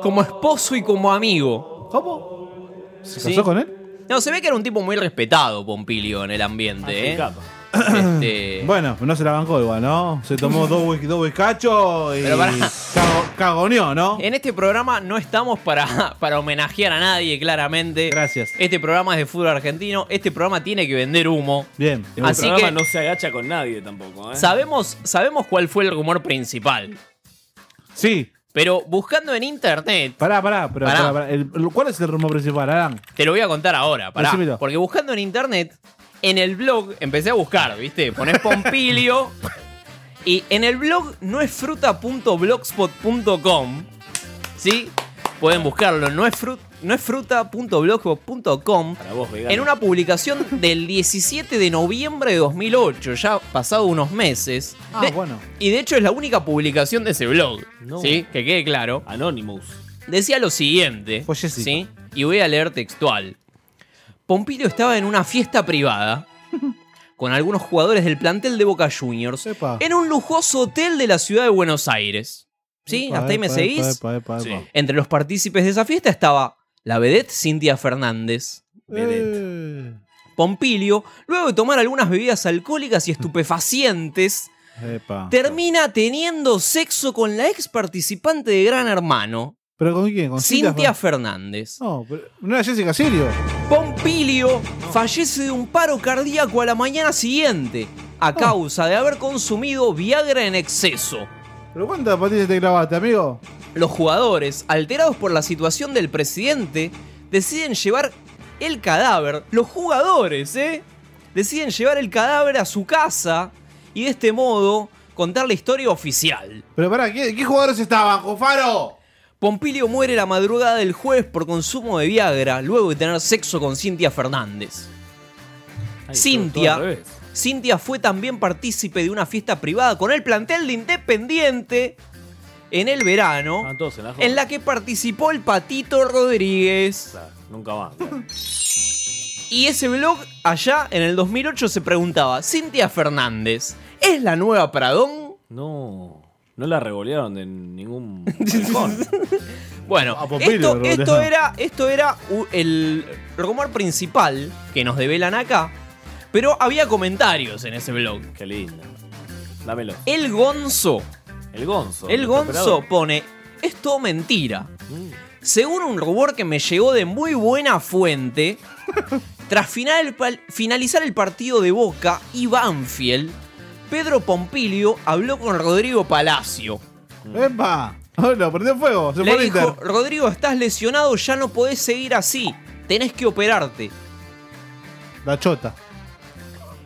como esposo y como amigo. ¿Cómo? ¿Se Sí. casó con él? No, se ve que era un tipo muy respetado, Pompilio, en el ambiente. ¿eh? Este, Bueno, no se la bancó igual, ¿no? Se tomó dos, whis- dos whiskachos y Pero pará. cago- cagoneó, ¿no? En este programa no estamos para, para homenajear a nadie, claramente. Gracias. Este programa es de fútbol argentino. Este programa tiene que vender humo. Bien. Así Así que que- no se agacha con nadie tampoco, ¿eh? Sabemos, sabemos cuál fue el rumor principal. Sí. Pero buscando en internet, Pará, pará, pero Pará. pará, pará. El- el- ¿Cuál es el rumbo principal, Alan? te lo voy a contar ahora, pará. Decímelo. Porque buscando en internet, en el blog, empecé a buscar, ¿viste? Ponés Pompilio. y en el blog no es fruta.blogspot.com. ¿Sí? Pueden buscarlo, no es fruta. No es fruta.blogspot.com Para vos, vegano. en una publicación del 17 de noviembre de 2008, ya pasado unos meses. Ah, De- bueno. Y de hecho es la única publicación de ese blog. No. ¿sí? Que quede claro. Anonymous. Decía lo siguiente. ¿sí? Y voy a leer textual. Pompilio estaba en una fiesta privada con algunos jugadores del plantel de Boca Juniors en un lujoso hotel de la ciudad de Buenos Aires. ¿Sí? Epa, ¿Hasta ahí me epa, seguís? epa, epa, epa, epa. Entre los partícipes de esa fiesta estaba la vedette Cintia Fernández. Eh, Pompilio, luego de tomar algunas bebidas alcohólicas y estupefacientes, Eh. epa. termina teniendo sexo con la ex participante de Gran Hermano, ¿Pero con quién? ¿Con Cintia Fer- Fernández. No, pero- no era Jessica Sirio. Pompilio fallece de un paro cardíaco a la mañana siguiente a causa de haber consumido Viagra en exceso. ¿Pero cuántas patillas te clavaste, amigo? Los jugadores, alterados por la situación del presidente, deciden llevar el cadáver, los jugadores, ¿eh? Deciden llevar el cadáver a su casa y de este modo contar la historia oficial. Pero pará, ¿qué, qué jugadores estaban, Jofaro? Pompilio muere la madrugada del jueves por consumo de Viagra luego de tener sexo con Cintia Fernández. Cintia, todo al revés. Cintia fue también partícipe de una fiesta privada con el plantel de Independiente en el verano, Estaban todos en la joda. en la que participó el Patito Rodríguez. Nunca más. Y ese blog allá en el 2008 se preguntaba, Cintia Fernández, ¿es la nueva Pradón? No. No la revolearon de ningún balcón. Bueno, A Pompilio esto, lo esto revolearon. era, esto era u- el rumor principal que nos develan acá, pero había comentarios en ese blog. Qué lindo. Dámelo. El Gonzo. El Gonzo. El nuestro Gonzo operador. pone, es todo mentira. Según un rumor que me llegó de muy buena fuente, tras final- pal- finalizar el partido de Boca y Banfield, Pedro Pompilio habló con Rodrigo Palacio. ¡Epa! Lo prendió fuego, se Mm. Le fue al Inter. dijo, Rodrigo, estás lesionado, ya no podés seguir así. Tenés que operarte. La chota.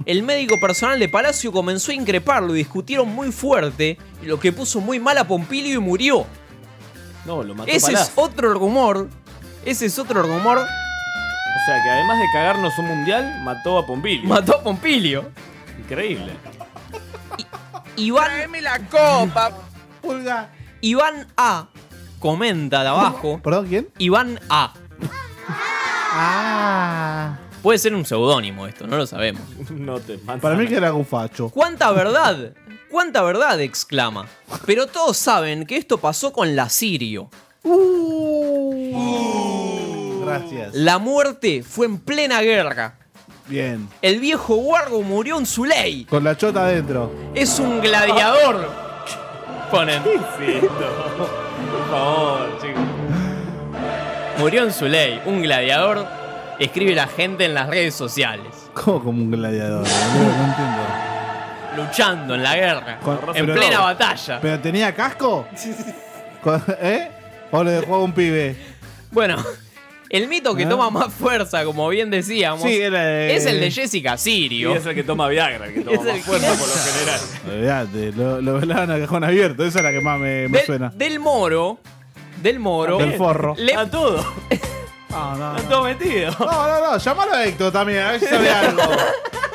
El médico personal de Palacio comenzó a increparlo y discutieron muy fuerte, lo que puso muy mal a Pompilio y murió. No, lo mató Ese es Palazzo. otro rumor. Ese es otro rumor. O sea que además de cagarnos un mundial, mató a Pompilio. Mató a Pompilio. Increíble. Iván. la copa, pulga. Iván A. Comenta de abajo. ¿Perdón, quién? Iván A. Ah. Puede ser un seudónimo esto, no lo sabemos. No te mato. Para mí que era Gufacho. ¿Cuánta verdad? ¿Cuánta verdad? exclama. Pero todos saben que esto pasó con la Sirio. Gracias. La muerte fue en plena guerra. Bien. El viejo guargo murió en su ley. Con la chota adentro. Es un gladiador. Ponen. Por favor, chicos. Murió en su ley. Un gladiador. Escribe la gente en las redes sociales. ¿Cómo como un gladiador? boludo? No entiendo. Luchando en la guerra. Con- en pero plena no. batalla. ¿Pero tenía casco? Con- ¿Eh? ¿O le dejó a un pibe? Bueno, el mito que Ah. toma más fuerza, como bien decíamos, Sí, era, eh, es el de Jessica Sirio. Y es el que toma Viagra, el que toma Es el más fuerza por lo general. Olvídate, lo, lo velaron a cajón abierto. Esa es la que más me, me Del, suena. Del Moro del Moro, Del forro. Ah. le- A todo. Ah, No, no, Están todos metidos. No, no, no, llamalo a Héctor también, a ver si sabe algo.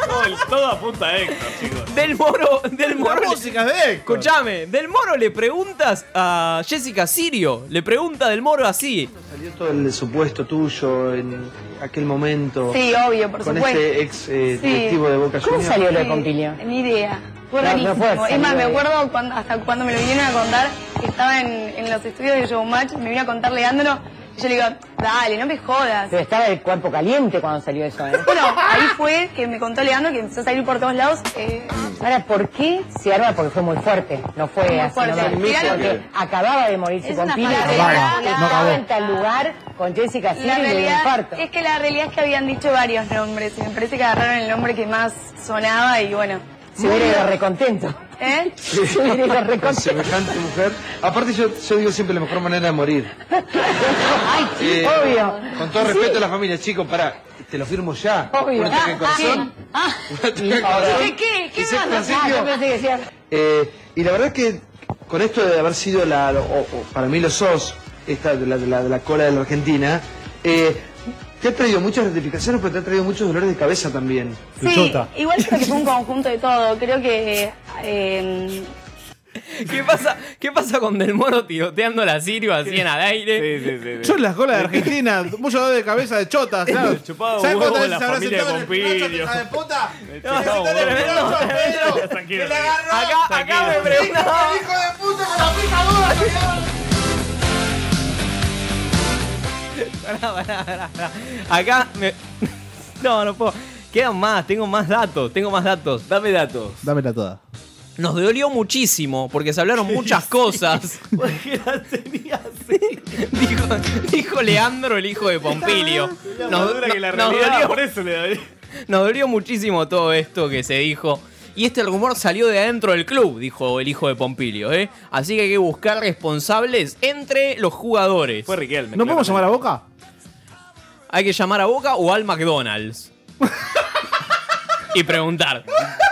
Todo, el- todo apunta a Héctor, chicos. del Moro, del Moro. le- Música de Héctor. Escuchame, del Moro le preguntas a Jessica Sirio, le pregunta del Moro así. Salió todo el supuesto tuyo en aquel momento. Sí, obvio, por Con supuesto. este ex eh, Sí. directivo de Boca Juniors. Sí, Ni idea. Fue No, no rarísimo. puede ser, es más, ni me idea. acuerdo cuando- hasta cuando me lo vinieron a contar, que estaba en, en los estudios de Showmatch, me vino a contar Leandro, y yo le digo, dale, no me jodas. Pero estaba el cuerpo caliente cuando salió eso, ¿eh? Bueno, ahí fue que me contó Leandro que empezó a salir por todos lados. eh, Ahora, ¿por qué se arma? Porque fue muy fuerte. No fue Muy así. fuerte. no, Mirá lo porque que- acababa de morir su Es compila. una y palabra. estaba- No acabó. Estaba en tal lugar con Jessica Siri la y le dio un realidad infarto. es que la realidad es que habían dicho varios nombres y me parece que agarraron el nombre que más sonaba y bueno. Se hubiera ido recontento. ¿Eh? Se hubiera ido re con semejante mujer. Aparte yo, yo digo siempre la mejor manera de morir. Ay, sí, Eh, obvio. Con todo Sí. respeto a la familia, chicos, pará. Te lo firmo ya. Obvio. Un ataque al corazón. Ah, un ataque al corazón. ¿Qué? ¿Qué? ¿Qué Y sé más? que en Ah, serio- yo pensé que decía- Eh, y la verdad es que con esto de haber sido la, o- o para mí lo sos, esta de la, de la, de la cola de la Argentina, eh, te ha traído muchas gratificaciones, pero te ha traído muchos dolores de cabeza también. Sí, igual creo que fue un conjunto de todo. Creo que eh, ¿Qué pasa, ¿Qué pasa con Del Moro tiroteando la Sirio así en al aire? Sí, sí, Yo en las colas de Argentina, mucho dolor de cabeza de chotas, claro. Chupado ¿Sabes huevo cuántas la veces habrá familia sentado en el con pillo, Pilio. hija de puta? Que se Chupado sentó en el huevo. pillo, Pedro. Tranquilo, Que le tranquilo. agarró. Acá, acá me preguntaba. ¡Hijo de puta con la pija dura! que le agarró! Pará, pará, pará, pará. Acá me. No, no puedo. Quedan más, tengo más datos, tengo más datos. Dame datos. Dámela toda. Nos dolió muchísimo porque se hablaron muchas cosas. dijo, dijo Leandro, el hijo de Pompilio. La Nos, madura que la nos realidad, dolió por eso le doy. Nos dolió muchísimo todo esto que se dijo. Y este rumor salió de adentro del club, dijo el hijo de Pompilio. ¿eh? Así que hay que buscar responsables entre los jugadores. Fue Riquelme. ¿No podemos llamar a Boca? Hay que llamar a Boca o al McDonald's. y preguntar.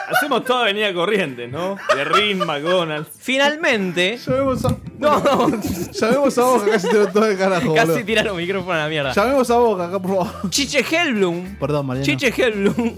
Hacemos toda avenida corriente, ¿no? De Rin, McDonald's. Finalmente. Llamemos a. No, Llamemos a Boca, casi te lo todo el carajo. Casi boludo. tiraron micrófono a la mierda. Llamemos a Boca acá, por favor. Chiche Helblum. Perdón, Mariano. Chiche Helblum.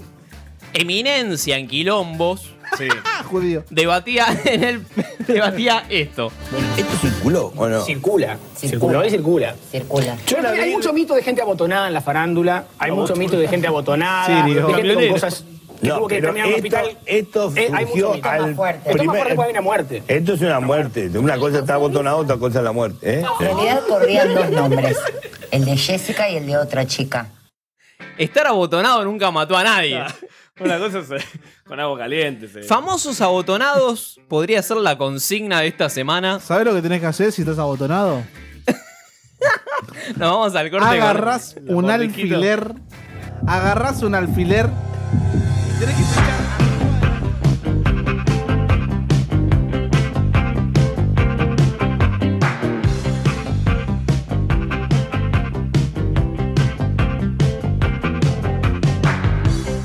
Eminencia en quilombos. Sí. Judío. Debatía en el. Debatía esto. ¿Esto circuló o no? Circula. Circuló y circula. Circula. hay mucho mito de gente abotonada en la farándula. Hay mucho mito de gente abotonada. Sí, digo. de gente con Camionero. cosas que No, tuvo que pero terminar en un esto- hospital. esto Eh, hay mucho surgió mito. al Esto es más fuerte. Esto es más primer- fuerte porque hay una muerte. Esto es una muerte. Una cosa está abotonada, otra cosa la muerte. ¿eh? En realidad corrían dos nombres, el de Jessica y el de otra chica. Estar abotonado nunca mató a nadie. Una cosa es, eh, con agua caliente. se- Eh, Famosos abotonados podría ser la consigna de esta semana. ¿Sabes lo que tenés que hacer si estás abotonado? Nos vamos al corte. con- Agarrás un alfiler. Agarrás un alfiler.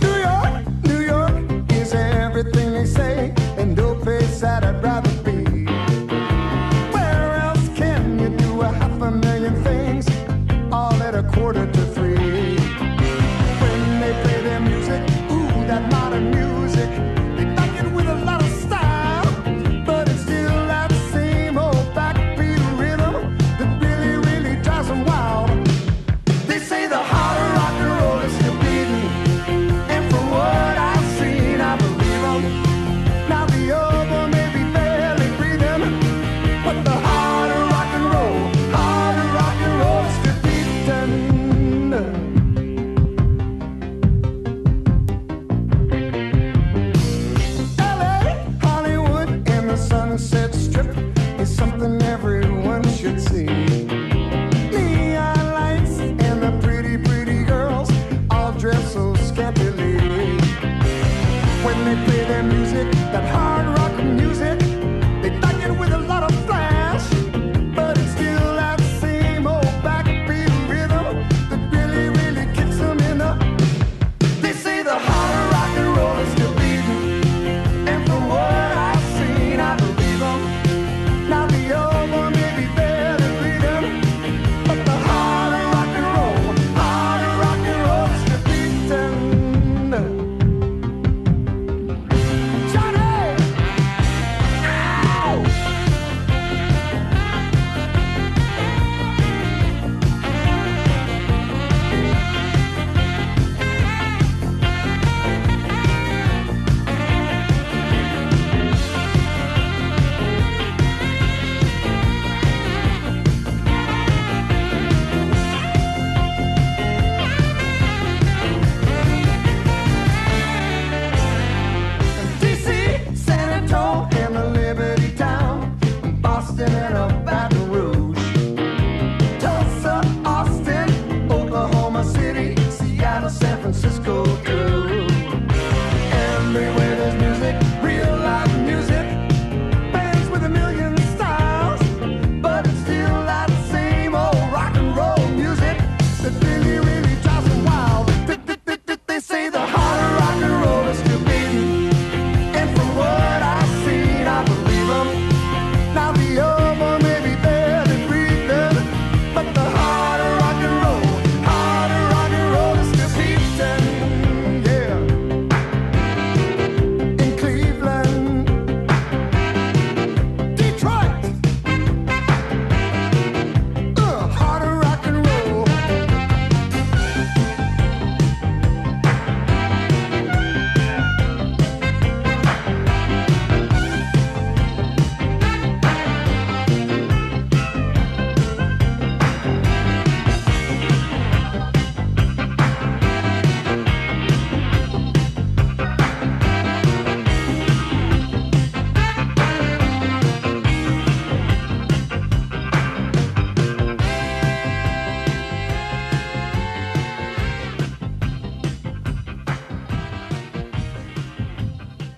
New York, New York is everything they say, and no place that I'd rather be. Where else can you do a half a million things, all at a quarter to three? When they play their music, ooh, that modern music.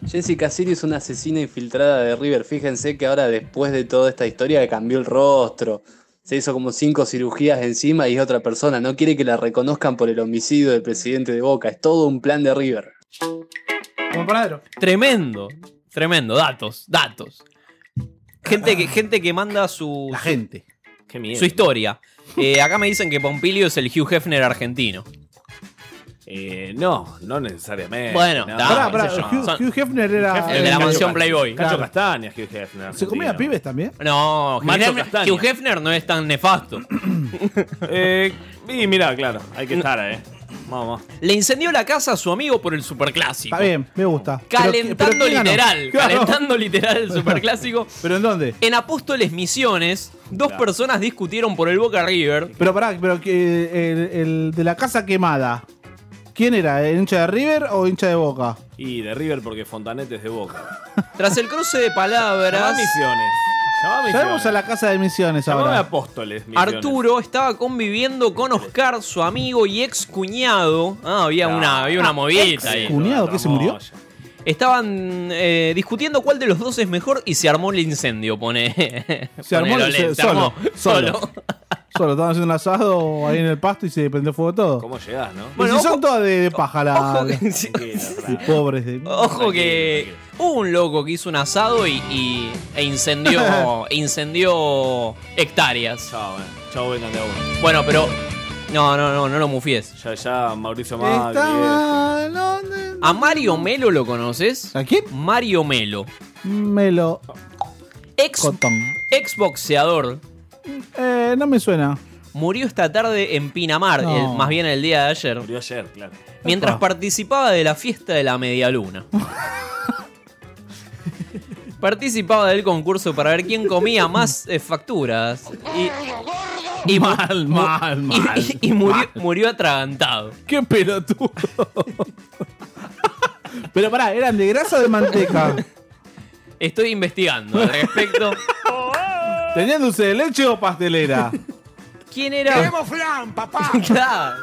Jessica Sirius, una asesina infiltrada de River. Fíjense que ahora, después de toda esta historia, cambió el rostro. Se hizo como cinco cirugías encima y es otra persona. No quiere que la reconozcan por el homicidio del presidente de Boca. Es todo un plan de River. Como Tremendo, tremendo. Datos, datos. Gente que, gente que manda su. La gente. Su historia. Eh, acá me dicen que Pompilio es el Hugh Hefner argentino. Eh, no, no necesariamente. Bueno, no, da, qué pará, sé pará, yo. Hugh- Son- Hugh Hefner era. Hefner El de la Cacho mansión Ca- Playboy. Cacho Claro. Castaña, Hugh Hefner. ¿Se comía pibes también? No, Hugh Macho Hefner, Castaña. Hugh Hefner no es tan nefasto. Eh, y mira, claro, hay que estar, eh. Vamos. Le incendió la casa a su amigo por el superclásico. Está bien, me gusta. Pero- Calentando pero ¿quién ganó? literal, Claro. calentando literal el superclásico. ¿Pero en dónde? En Apóstoles Misiones, dos Claro. personas discutieron por el Boca River. Pero pará, pero que el, el de la casa quemada. ¿Quién era? ¿El hincha de River o hincha de Boca? Y de River porque Fontanete es de Boca. Tras el cruce de Llamá a palabras, Misiones. Llamá a Misiones. Sabemos a la casa de misiones Llamame a ahora. Apóstoles. Misiones. Arturo estaba conviviendo con Oscar, su amigo y ex cuñado. Ah, había una, había una movita ahí. ¿Cuñado que se murió? Estaban eh, discutiendo cuál de los dos es mejor y se armó el incendio, pone. Se armó, pone el- Lolen, se- se armó solo, solo. Solo estaban haciendo un asado ahí en el pasto y se prendió fuego todo. ¿Cómo llegás, no? Y Pues si son todas de, de paja la- la- Tranquilo, Pobres de. Ojo que hubo un loco que hizo un asado y, y- e incendió, e incendió hectáreas. Chao, Chau, vengan de a uno. Bueno, pero no, no, no, no lo mufies. Ya, ya, Mauricio Macri. Está- no, ¿A Mario Melo lo conoces? ¿A quién? Mario Melo, me lo. Ex- Cotón. exboxeador, Eh, no me suena. murió esta tarde en Pinamar, No. Ah. el- más bien el día de ayer. Murió ayer, claro. Mientras Opa. participaba de la fiesta de la medialuna. participaba del concurso para ver quién comía más eh, facturas. Y, y mu- Mal, mu- mal, y- mal, Y, y murió, murió atragantado. ¡Qué pelotudo! Pero pará, ¿eran de grasa o de manteca? Estoy investigando al respecto. ¿Tenían dulce de leche o pastelera? ¿Quién era? flan, papá! Claro.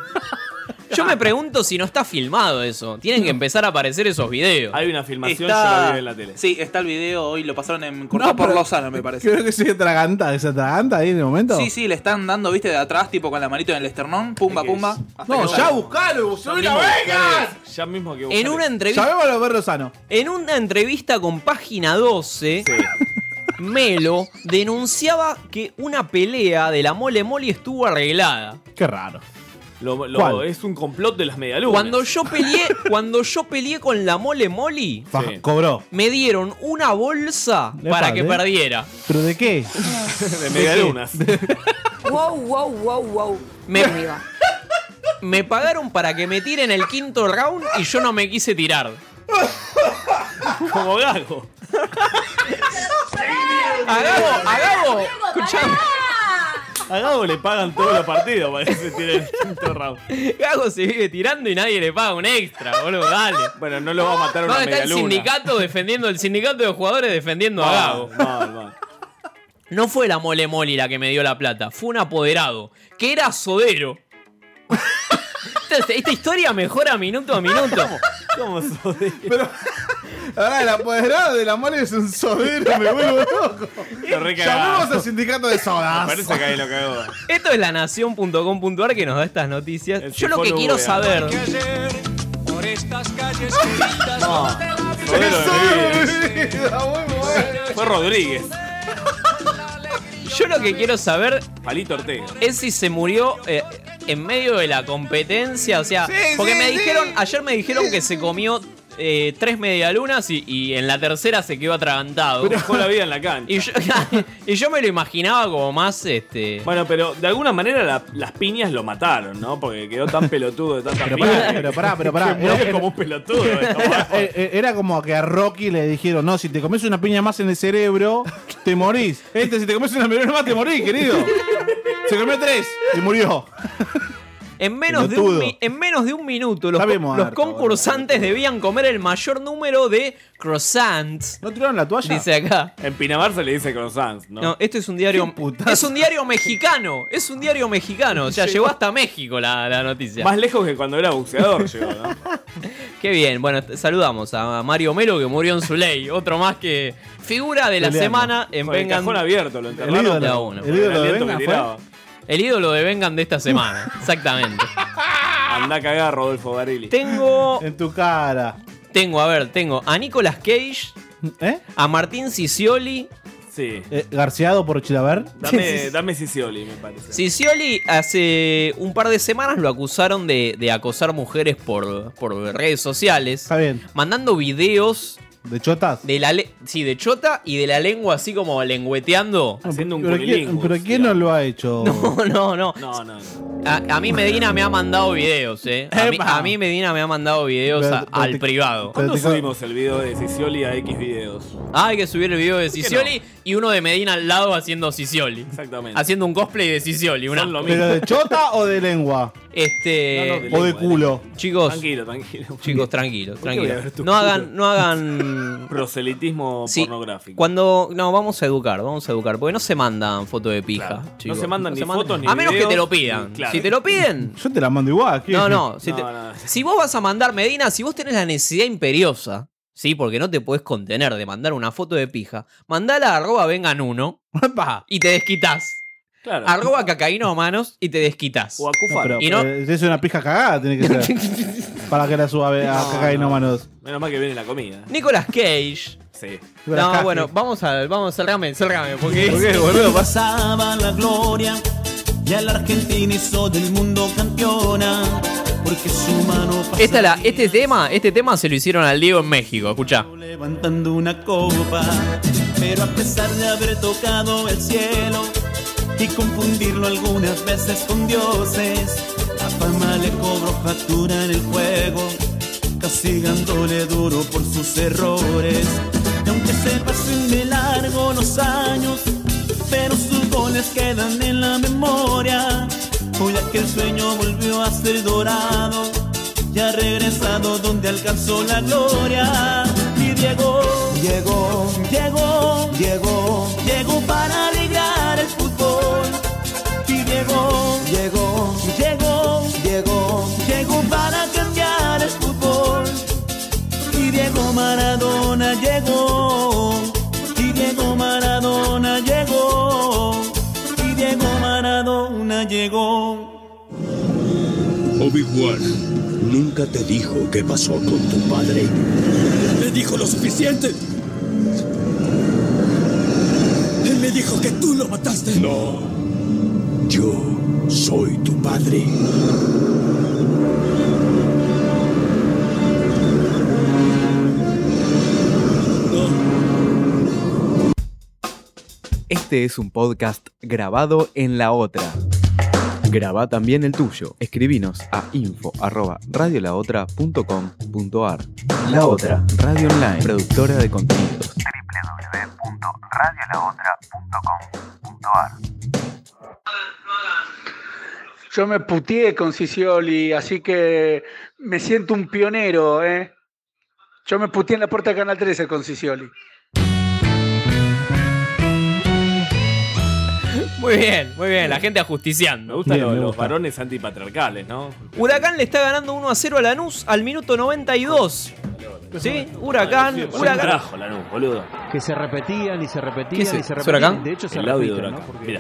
Yo me pregunto si no está filmado eso. Tienen que empezar a aparecer esos videos. Hay una filmación, Está- yo la vi en la tele. Sí, está el video hoy, lo pasaron en Cortá por pero- Lozano, me parece. Creo que se atraganta, se atraganta ahí en el momento. Sí, sí, le están dando, viste, de atrás, tipo con la manito en el esternón, pumba, pumba. hasta No, que ya sale. buscalo, mismo vengas. Ya mismo que En una entrevista. Sabemos lo ver Lozano. En una entrevista con Página 12, Melo denunciaba que una pelea de la mole mole estuvo arreglada. Qué raro. Lo- lo- ¿Cuál? es un complot de las medialunas. Cuando yo peleé, cuando yo peleé con la mole mole, Faja- Cobró. me dieron una bolsa Le para pagué. que perdiera. ¿Pero de qué? de medialunas. Wow, wow, wow, wow. Me, me pagaron para que me tiren el quinto round y yo no me quise tirar. Como Gago. A Gago, a Gago, escuchame, A Gago le pagan todos los partidos para que se tire el quinto round. Gago se vive tirando y nadie le paga un extra, boludo, dale. Bueno, no lo va a matar una ¿Dónde está el medialuna. sindicato defendiendo, el sindicato de jugadores defendiendo a Gago? Mal, mal, mal. No fue la mole moli la que me dio la plata, fue un apoderado, que era sodero. Entonces, esta historia mejora minuto a minuto. ¿Cómo sos? Ahora el apoderado de Ah, la mole es un sodero, me vuelvo loco. Lo recagás. Llamemos al sindicato de Me sodas. parece que ahí lo cagó. Esto es lanación.com.ar que nos da estas noticias. Yo lo que sifólogo quiero de saber. Por estas calles Sodero de Rodríguez. Fue Fue Rodríguez. Yo lo que quiero saber Palito Ortega. es si se murió eh, en medio de la competencia. O sea, porque me dijeron, ayer me dijeron que se comió eh, tres medialunas y, y en la tercera se quedó atragantado. Dejó la vida en la cancha. Y yo, y yo me lo imaginaba como más este. Bueno, pero de alguna manera la- las piñas lo mataron, ¿no? Porque quedó tan pelotudo de tantas Pero piñas. pará, que- pero pará, pero pará. que muere Era- como un pelotudo. ¿no? Eh, eh, Era como que a Rocky le dijeron, no, si te comes una piña más en el cerebro, te morís. Este, si te comes una melona más, te morís, querido. Se comió tres y murió. En menos, de un, Pelotudo. mi- en menos de un minuto, los, Sabemos co- los harto, concursantes debían comer el mayor número de croissants. ¿No tiraron la toalla? Dice acá. En Pinamar se le dice croissants, ¿no? No, esto es un diario. Es un diario mexicano. Es un diario mexicano. O sea, llegó hasta México la, la noticia. Más lejos que cuando era boxeador llegó, ¿no? Qué bien, bueno, te- saludamos a Mario Melo que murió en su ley. Otro más que figura de la Peleando. semana en Con el Vengan. cajón abierto, lo enterraron. El ídolo, de a uno. El ídolo de aliento Vengan que fue. tiraba. El ídolo de Vengan de esta semana, exactamente. Anda a cagar, Rodolfo Barili. Tengo. En tu cara. Tengo, a ver, tengo a Nicolas Cage, ¿Eh? a Martín Sicioli. Sí. Eh, Garciado por Chilaver. Dame, dame Sisioli, me parece. Sicioli hace un par de semanas lo acusaron de, de acosar mujeres por, por redes sociales. Está bien. Mandando videos ¿De chotas? de la le- sí, de chota y de la lengua así como lengüeteando. Haciendo ¿Pero quién, pero quién no lo ha hecho? No, no. A, a mí Medina me ha mandado videos, eh. A mí, a mí Medina me ha mandado videos a- Pero- pero al te- privado. ¿Cuándo subimos el video de Sisioli a X videos? Ah, hay que subir el video de qué Sisioli y uno de Medina al lado haciendo Sisioli. Exactamente. Haciendo un cosplay de Sisioli. Una... ¿Pero de chota o de lengua? Este. o de culo. Chicos. Tranquilo, tranquilo. Chicos, tranquilos, ¿Por qué voy a ver tranquilos. tu No hagan, culo? no hagan. Proselitismo Sí, pornográfico. Cuando. No, vamos a educar, vamos a educar. Porque no se mandan fotos de pija, chicos. se mandan ni fotos ni A menos videos, que te lo pidan. ni- claro. Si te lo piden. Yo te la mando igual. ¿qué? No, no. Si, te- no. si vos vas a mandar Medina, si vos tenés la necesidad imperiosa, sí, porque no te podés contener de mandar una foto de pija, mandala a arroba vengan uno y te desquitas. Claro. Arroba cacaíno a manos y te desquitas. O a No, pero, y no, eh, es una pija cagada, tiene que ser. para que la suba a, a No, cagar y no no. manos. Menos mal que viene la comida. Nicolas Cage. Sí. No, Cage. bueno, vamos al, vamos, cerrame, cerrame, porque. ¿Por qué, boludo? Pasaba la gloria y a la Argentina hizo del mundo campeona. Porque su mano pasaba Esta la, este tema, este tema se lo hicieron al Diego en México, escuchá. levantando una copa. Pero a pesar de haber tocado el cielo y confundirlo algunas veces con dioses, la fama le cobró factura en el juego, castigándole duro por sus errores. Y aunque se pasen de largo los años, pero sus goles quedan en la memoria. Hoy aquel sueño volvió a ser dorado y ha regresado donde alcanzó la gloria. Y Diego, llegó, llegó, llegó, llegó para alegrar el fútbol. Y Diego, llegó, llegó, llegó, llegó para cambiar el fútbol. Y Diego Maradona llegó. Y Diego Maradona llegó. Y Diego Maradona llegó. Obi-Wan nunca te dijo qué pasó con tu padre. Me dijo lo suficiente. Él me dijo que tú lo mataste. No. Yo soy tu padre. Este es un podcast grabado en la otra. Graba también el tuyo. Escribinos a info arroba radiolaotra.com.ar. La Otra, Radio Online, productora de contenidos. www.radiolaotra.com.ar Yo me puteé con Sisioli, así que me siento un pionero, ¿eh? Yo me puteé en la puerta de Canal 13 con Sisioli. Muy bien, muy bien, la gente ajusticiando. Me gustan Bien, los, me los gusta. varones antipatriarcales, ¿no? Huracán le está ganando 1 a 0 a Lanús al minuto 92. ¿Sí? Huracán, Parece un Huracán. trajo, Lanús, boludo. Que se repetían y se ¿Qué repetían es y se eso? ¿Es repetían. Huracán? De hecho, se El audio de repiten, ¿no? Huracán. Mirá.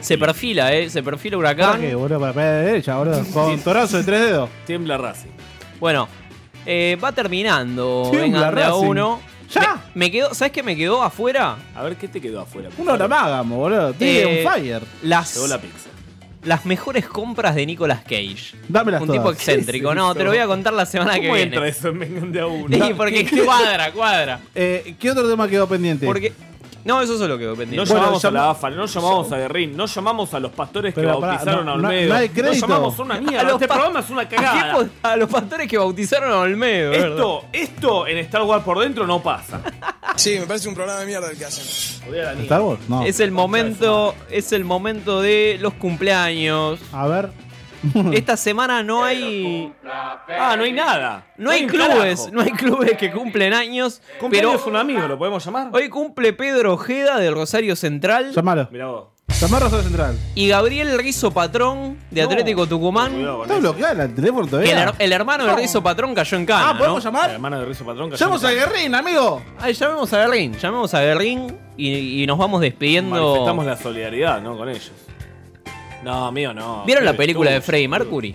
Se perfila, eh, se perfila ¿Para Huracán. qué, boludo? Para la derecha, boludo. Con torazo de tres dedos. Tiembla Racing. Bueno, eh, va terminando. Tiembla Vengan de a Racing. uno. ¡Ya! Me, me quedó, ¿Sabes qué me quedó afuera? A ver, ¿qué te quedó afuera? Una hora más, hagamos, boludo. Tiene Eh, un fire. Las, Llegó la pizza. las mejores compras de Nicolas Cage. Dámelas Un todas. tipo excéntrico. No, te lo voy a contar la semana que ¿Cómo viene. entra eso en Vengan de a uno? Sí, porque cuadra, cuadra. Eh, ¿Qué otro tema quedó pendiente? Porque. No, eso solo quedó pendiente. No llamamos a la AFA, no llamamos a Guerrín, no llamamos a los pastores Pero que pará, bautizaron no- a no- Olmedo. no hay crédito. llamamos a una mierda. A los este pa- programa es una ¿A, qué cagada. po- a los pastores que bautizaron a Olmedo, ¿verdad? Esto, esto en Star Wars por dentro no pasa. Sí, me parece un programa de mierda el que hacen. ¿Star Wars? No. Es el momento, es el momento de los cumpleaños. A ver. Esta semana no hay. Ah, no hay nada. No hay un clubes, carajo. no hay clubes que cumplen años. Cumpleaños pero un amigo, ¿lo podemos llamar? hoy cumple Pedro Ojeda del Rosario Central. Llamalo. Mirá vos. Samarra Zona Central. Y Gabriel Rizo Patrón de Atlético Tucumán. Está bloqueada la teléfono que el, todavía. her- el hermano de Rizo Patrón cayó en cana. Ah, ¿podemos ¿no? llamar? El hermano de Rizo Patrón Llamamos a Guerrín, amigo. Ay, llamemos a Guerrín. Llamemos a Guerrín y, y nos vamos despidiendo. Manifestamos la solidaridad, ¿no? Con ellos. No, mío no. ¿Vieron la Qué película de estuche. Freddie Mercury?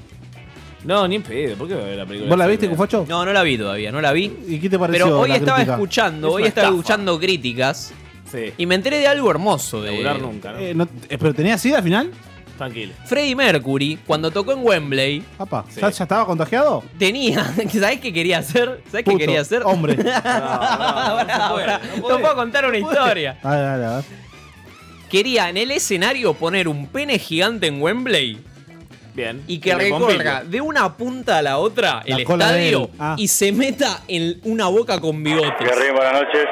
No, ni en pedo. ¿Por qué voy a ver la película? ¿Vos la de viste, Freddie Cufacho? No, no la vi todavía, no la vi. ¿Y qué te pareció? Pero hoy la estaba crítica? escuchando, Es hoy una estaba estafa. escuchando críticas. Sí. Y me enteré de algo hermoso de. Laburar nunca, ¿no? Eh, no- eh, ¿Pero tenías ida al final? Tranquilo. Freddie Mercury, cuando tocó en Wembley, Apa, ¿ya, ya estaba contagiado? tenía. ¿Sabés qué quería hacer? ¿Sabés qué Puto, quería hacer? hombre. No, pará, pará. Te puedo contar una historia. A ver, a ver, a ver. Quería en el escenario poner un pene gigante en Wembley. Bien. Y que Que le recorra compite. de una punta a la otra La el cola de estadio él. Ah. y se meta en una boca con bigotes. buenas noches.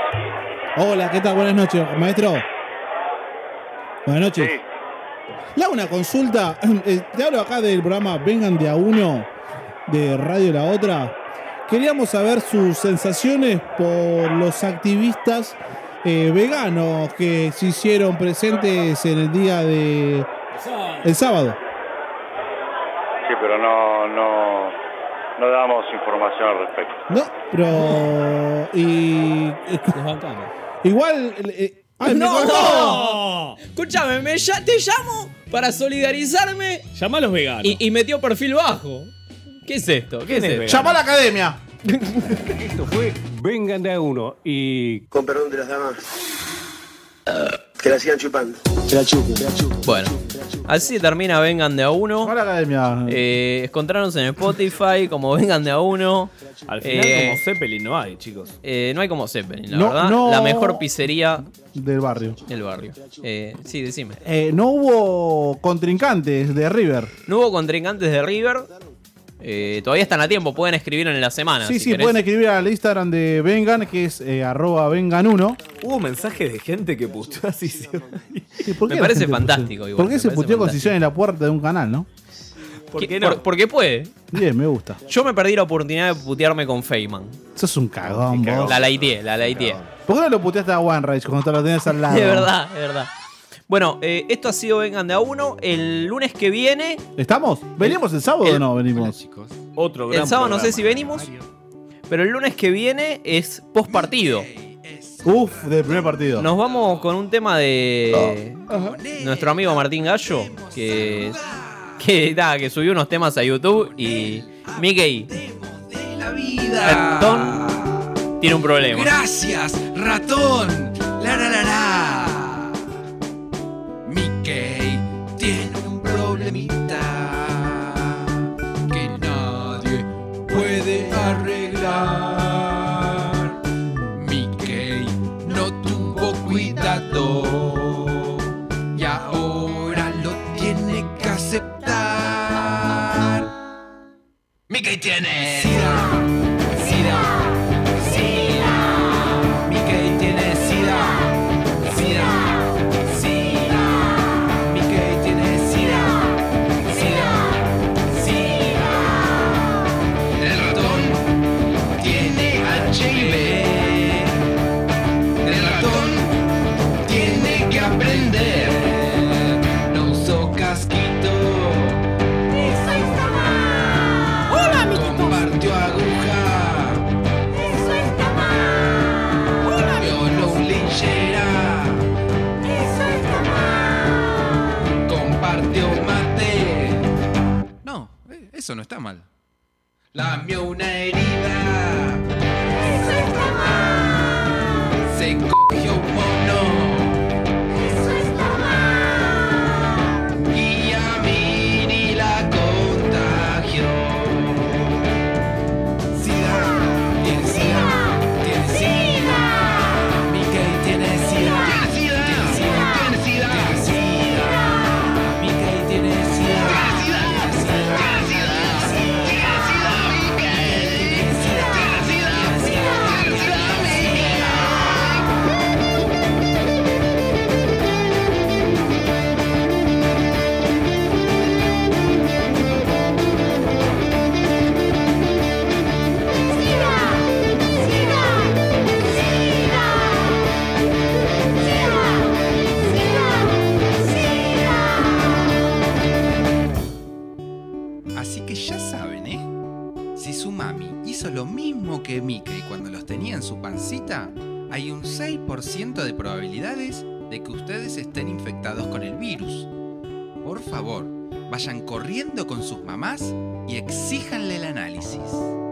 Hola, ¿qué tal? Buenas noches, maestro. Buenas noches. Le hago una consulta. Eh, Te hablo acá del programa Vengan de a uno de Radio La Otra. Queríamos saber sus sensaciones por los activistas eh, veganos que se hicieron presentes en el día de el sábado. Sí, pero no, no, no damos información al respecto. No, pero y igual eh, ay, me ¡No! cortó. Escúchame, me ya- te llamo para solidarizarme. Llama a los veganos. Y, y metió perfil bajo. ¿Qué es esto? ¿Qué es esto? Llamá a la academia. Esto fue Vengan de a uno y. Con perdón de las damas. Que la sigan chupando. Te la chupo, te la chupo. Bueno, así termina Vengan de a uno. Hola, academia. Eh, encontrarnos en Spotify como Vengan de a uno. Al final, Eh, como Zeppelin no hay, chicos. eh, no hay como Zeppelin, la No, verdad. no. La mejor pizzería del barrio. del barrio. Eh, sí, decime. Eh, no hubo contrincantes de River. No hubo contrincantes de River. Eh, todavía están a tiempo, pueden escribir en la semana. Sí, Ah, si sí, querés. pueden escribir al Instagram de Vengan, que es eh, arroba vengan1. Hubo mensajes de gente que puteó así. sí. ¿Por qué la Me parece gente fantástico putea? igual. ¿Por me qué se parece puteó con fantástico. sillón en la puerta de un canal, no? ¿Por qué qué no? Por- porque puede. Bien, me gusta. Yo me perdí la oportunidad de putearme con Feynman. Sos un cagón, vos. La laiteé, la laiteé. ¿Por qué no lo puteaste a One Rage cuando te lo tenías al lado? De verdad, de verdad. Bueno, eh, esto ha sido Vengan de a uno. El lunes que viene, ¿Estamos? ¿Venimos el sábado o no venimos? chicos. Otro gran el sábado no sé programa. si venimos, pero el lunes que viene es post partido. Uf, del primer partido. Nos vamos con un tema de nuestro amigo Martín Gallo, que, que, nada, que subió unos temas a YouTube y Mickey Antón tiene un problema. Gracias, ratón. La la la la. Mickey tiene un problemita que nadie puede arreglar. Mickey no tuvo cuidado y ahora lo tiene que aceptar. Mickey tiene sida, sida. SIDA, Mickey tiene SIDA, SIDA, SIDA, Mickey tiene SIDA, SIDA, SIDA. El ratón tiene HIV, el ratón tiene que aprender, no usó casquito, eso está mal. Hola, amiguitos. Compartió aguja. Eso está mal. Hola, Violó un linchera. Eso está mal. Compartió mate. No, eh, eso no está mal. Lamió una herida. Eso está mal. Se cogió un mono. Eso está mal. Y a Miri la contagió. Sida. Tiene sida, tiene sida. Mickey tiene sida. Tiene sida, tiene sida. Tiene sida. Mickey tiene sida. Tiene sida, tiene sida. Tiene sida, Mickey. Tiene sida, tiene sida. Tiene sida, Mickey. Así que ya saben, ¿eh? Si su mami hizo lo mismo que Mickey cuando los tenía en su pancita, hay un 6% de probabilidades de que ustedes estén infectados con el virus. Por favor, vayan corriendo con sus mamás y exíjanle el análisis.